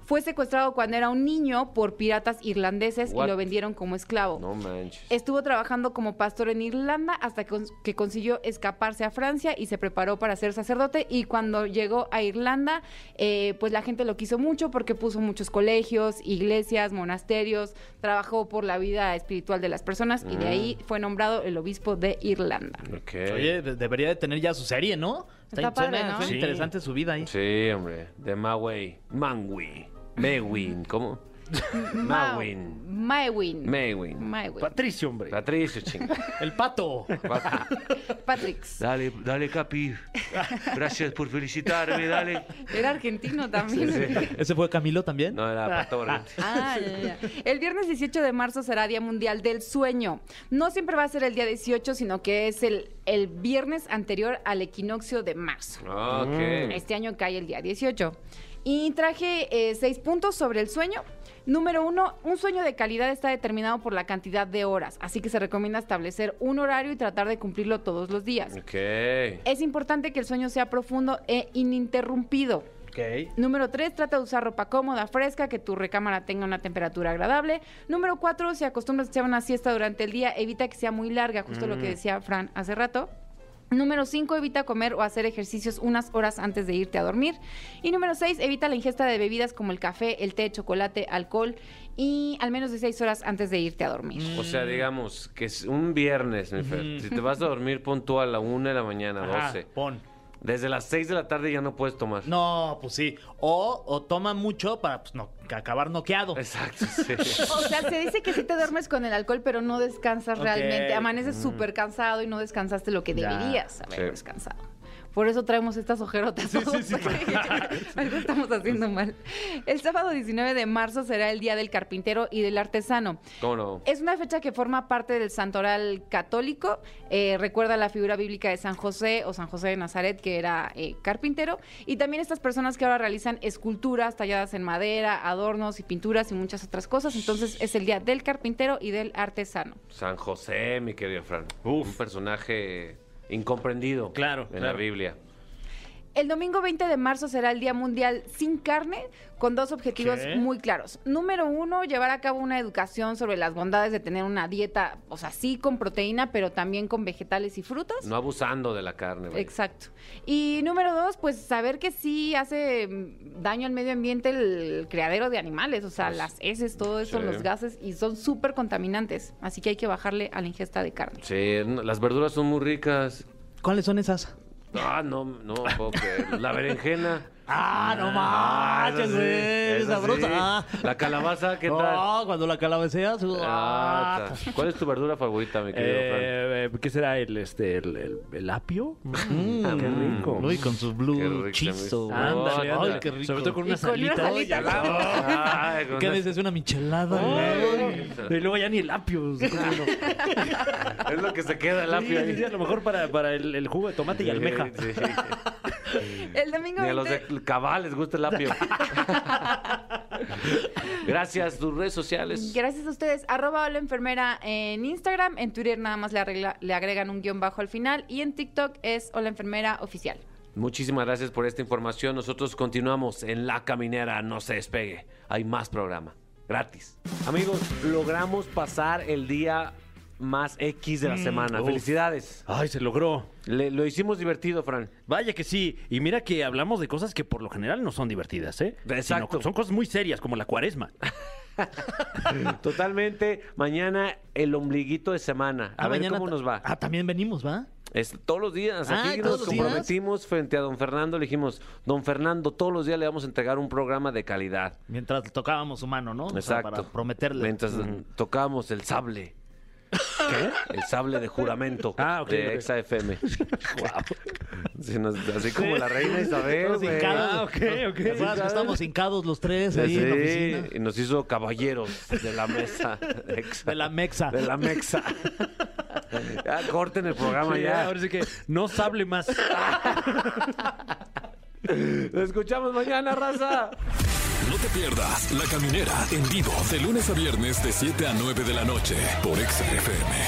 [SPEAKER 9] Fue secuestrado cuando era un niño por piratas irlandeses
[SPEAKER 2] What?
[SPEAKER 9] y lo vendieron como esclavo.
[SPEAKER 2] No manches.
[SPEAKER 9] Estuvo trabajando como pastor en Irlanda hasta que, que consiguió escaparse a Francia y se preparó para ser sacerdote. Y cuando llegó a Irlanda, eh, pues la gente lo quiso mucho porque puso muchos colegios, iglesias, monasterios, trabajó por la vida espiritual de las personas y de ahí fue nombrado el obispo de Irlanda.
[SPEAKER 2] Ok.
[SPEAKER 4] Oye, de- debería de tener ya su serie, ¿no?
[SPEAKER 9] Está padre,
[SPEAKER 4] suena-
[SPEAKER 9] ¿no?
[SPEAKER 4] suena
[SPEAKER 3] Sí.
[SPEAKER 4] interesante su vida ahí.
[SPEAKER 2] Sí, hombre. De Mawei. Manwi. Mewin. ¿Cómo?
[SPEAKER 9] Ma-
[SPEAKER 2] Mawin.
[SPEAKER 9] Mawin.
[SPEAKER 2] Mewin.
[SPEAKER 9] Mawin.
[SPEAKER 3] Patricio, hombre.
[SPEAKER 2] Patricio, chinga.
[SPEAKER 4] El pato.
[SPEAKER 9] Patricks.
[SPEAKER 8] Dale, dale, Capi. Gracias por felicitarme, dale.
[SPEAKER 9] Era argentino también.
[SPEAKER 4] ¿Ese fue Camilo también?
[SPEAKER 2] No era Pator.
[SPEAKER 9] Ah, ya, ya. El viernes 18 de marzo será Día Mundial del Sueño. No siempre va a ser el día 18, sino que es el, el viernes anterior al equinoccio de marzo.
[SPEAKER 2] Ok.
[SPEAKER 9] Este año cae el día 18. Y traje eh, seis puntos sobre el sueño. Número uno, un sueño de calidad está determinado por la cantidad de horas, así que se recomienda establecer un horario y tratar de cumplirlo todos los días.
[SPEAKER 2] Ok.
[SPEAKER 9] Es importante que el sueño sea profundo e ininterrumpido. Número 3, trata de usar ropa cómoda, fresca, que tu recámara tenga una temperatura agradable. Número 4, si acostumbras a echar una siesta durante el día, evita que sea muy larga, justo lo que decía Fran hace rato. Número 5, evita comer o hacer ejercicios unas horas antes de irte a dormir. Y número 6, evita la ingesta de bebidas como el café, el té, chocolate, alcohol y al menos de 6 horas antes de irte a dormir.
[SPEAKER 2] O
[SPEAKER 4] Mm.
[SPEAKER 2] sea, digamos que es un viernes, mi Fer. Si te vas a dormir, pon tú a la una de la mañana,
[SPEAKER 4] Ajá,
[SPEAKER 2] 12.
[SPEAKER 4] pon.
[SPEAKER 2] Desde las 6 de la tarde ya no puedes tomar.
[SPEAKER 4] No, pues sí. O, o toma mucho para pues, no, acabar noqueado.
[SPEAKER 2] Exacto, sí.
[SPEAKER 9] O sea, se dice que sí te duermes con el alcohol, pero no descansas
[SPEAKER 4] Ok. Mm.
[SPEAKER 9] realmente. Amaneces súper cansado y no descansaste lo que
[SPEAKER 4] Ya.
[SPEAKER 9] deberías haber
[SPEAKER 2] Sí.
[SPEAKER 9] descansado. Por eso traemos estas ojerotas todos, porque algo estamos haciendo mal. El sábado 19 de marzo será el Día del Carpintero y del Artesano.
[SPEAKER 2] ¿Cómo no?
[SPEAKER 9] Es una fecha que forma parte del santoral católico. Eh, recuerda la figura bíblica de San José o San José de Nazaret, que era eh, carpintero. Y también estas personas que ahora realizan esculturas talladas en madera, adornos y pinturas y muchas otras cosas. Entonces es el día del carpintero y del artesano.
[SPEAKER 2] San José, mi querido Fran.
[SPEAKER 3] Uf.
[SPEAKER 2] Un personaje incomprendido.
[SPEAKER 3] Claro,
[SPEAKER 2] En la
[SPEAKER 3] claro.
[SPEAKER 2] Biblia.
[SPEAKER 9] El domingo 20 de marzo será el Día Mundial Sin Carne, con dos objetivos
[SPEAKER 4] ¿Qué?
[SPEAKER 9] muy claros. Número uno, llevar a cabo una educación sobre las bondades de tener una dieta, o sea, sí con proteína, pero también con vegetales y frutas.
[SPEAKER 2] No abusando de la carne, vaya.
[SPEAKER 9] Exacto. Y número dos, pues saber que sí hace mm, daño al medio ambiente el criadero de animales, o sea,
[SPEAKER 2] Pues,
[SPEAKER 9] las heces, todo eso,
[SPEAKER 2] sí.
[SPEAKER 9] los gases, y son súper contaminantes. Así que hay que bajarle a la ingesta de carne.
[SPEAKER 2] Sí, no, las verduras son muy ricas.
[SPEAKER 4] ¿Cuáles son esas?
[SPEAKER 2] Ah, no, no, puedo creer. La berenjena.
[SPEAKER 4] Ah, no
[SPEAKER 2] Ah,
[SPEAKER 4] manches,
[SPEAKER 2] eso sí,
[SPEAKER 4] güey.
[SPEAKER 2] eso
[SPEAKER 4] sabrosa.
[SPEAKER 2] sí.
[SPEAKER 4] Ah.
[SPEAKER 2] La calabaza, ¿qué tal?
[SPEAKER 4] No, cuando la calabeceas. uh,
[SPEAKER 2] Ah, ta- ¿Cuál es tu verdura favorita, mi querido Fran?
[SPEAKER 3] Eh, eh, ¿Qué será el, este, el, el- el apio? Mm, qué rico.
[SPEAKER 4] Uy, con sus
[SPEAKER 2] Qué
[SPEAKER 4] blue
[SPEAKER 2] rico,
[SPEAKER 4] chiso.
[SPEAKER 2] mi-
[SPEAKER 3] Ándale,
[SPEAKER 4] Ay,
[SPEAKER 3] ándale.
[SPEAKER 4] qué rico.
[SPEAKER 3] Sobre todo con una
[SPEAKER 9] Y con
[SPEAKER 3] salita.
[SPEAKER 9] una salita.
[SPEAKER 3] Ay, al lado.
[SPEAKER 2] Ay, con
[SPEAKER 4] ¿Qué
[SPEAKER 2] una-
[SPEAKER 4] dices? Una michelada. güey.
[SPEAKER 2] Ay,
[SPEAKER 3] Y luego ya ni el apio. se come uno.
[SPEAKER 2] Es lo que se queda el apio
[SPEAKER 3] Sí, sí, sí,
[SPEAKER 2] ahí.
[SPEAKER 3] a lo mejor para, para el, el jugo de tomate y almeja.
[SPEAKER 2] Sí, sí.
[SPEAKER 9] El domingo
[SPEAKER 2] Ni a los de
[SPEAKER 9] 20
[SPEAKER 2] Cabal les gusta el apio. Gracias, tus redes sociales.
[SPEAKER 9] Gracias a ustedes. Arroba Hola Enfermera en Instagram. En Twitter nada más le, arregla- le agregan un guión bajo al final. Y en TikTok es Hola Enfermera Oficial.
[SPEAKER 2] Muchísimas gracias por esta información. Nosotros continuamos en La Caminera. No se despegue. Hay más programa. Gratis. Amigos, logramos pasar el día más X de la semana.
[SPEAKER 3] uf.
[SPEAKER 2] Felicidades.
[SPEAKER 3] Ay, se logró.
[SPEAKER 2] Le- lo hicimos divertido, Fran.
[SPEAKER 3] Vaya que sí. Y mira que hablamos de cosas que por lo general no son divertidas, ¿eh?
[SPEAKER 2] Exacto.
[SPEAKER 3] Sino que son cosas muy serias, como la cuaresma.
[SPEAKER 2] Totalmente. Mañana el ombliguito de semana. A
[SPEAKER 4] Ah,
[SPEAKER 2] ver
[SPEAKER 4] mañana
[SPEAKER 2] cómo
[SPEAKER 4] ta-
[SPEAKER 2] nos va.
[SPEAKER 4] Ah, también venimos, ¿va?
[SPEAKER 2] Es- todos los días.
[SPEAKER 4] Ah,
[SPEAKER 2] Aquí
[SPEAKER 4] ¿todos
[SPEAKER 2] nos
[SPEAKER 4] los días?
[SPEAKER 2] comprometimos frente a don Fernando. Le dijimos, don Fernando, todos los días le vamos a entregar un programa de calidad.
[SPEAKER 4] Mientras tocábamos su mano, ¿no? O sea,
[SPEAKER 2] Exacto.
[SPEAKER 4] para prometerle.
[SPEAKER 2] Mientras tocábamos el sable. ¿Qué? El sable de juramento
[SPEAKER 3] Ah, ok,
[SPEAKER 2] de
[SPEAKER 3] ok.
[SPEAKER 2] Exa FM. Sí, nos- así como la reina Isabel.
[SPEAKER 4] Todos
[SPEAKER 2] güey.
[SPEAKER 4] hincados.
[SPEAKER 3] Ah, ok, ok.
[SPEAKER 4] ¿Te acuerdas que Estamos hincados los tres ahí
[SPEAKER 2] Sí,
[SPEAKER 4] en la oficina.
[SPEAKER 2] y nos hizo caballeros de la mesa. de Exa.
[SPEAKER 4] De la mexa.
[SPEAKER 2] De la mexa. Ya corten el programa
[SPEAKER 3] Sí,
[SPEAKER 2] ya.
[SPEAKER 3] Ahora sí que no se hable más.
[SPEAKER 2] Lo escuchamos mañana, raza.
[SPEAKER 1] No te pierdas La Caminera en vivo de lunes a viernes de 7 a 9 de la noche por Exa FM.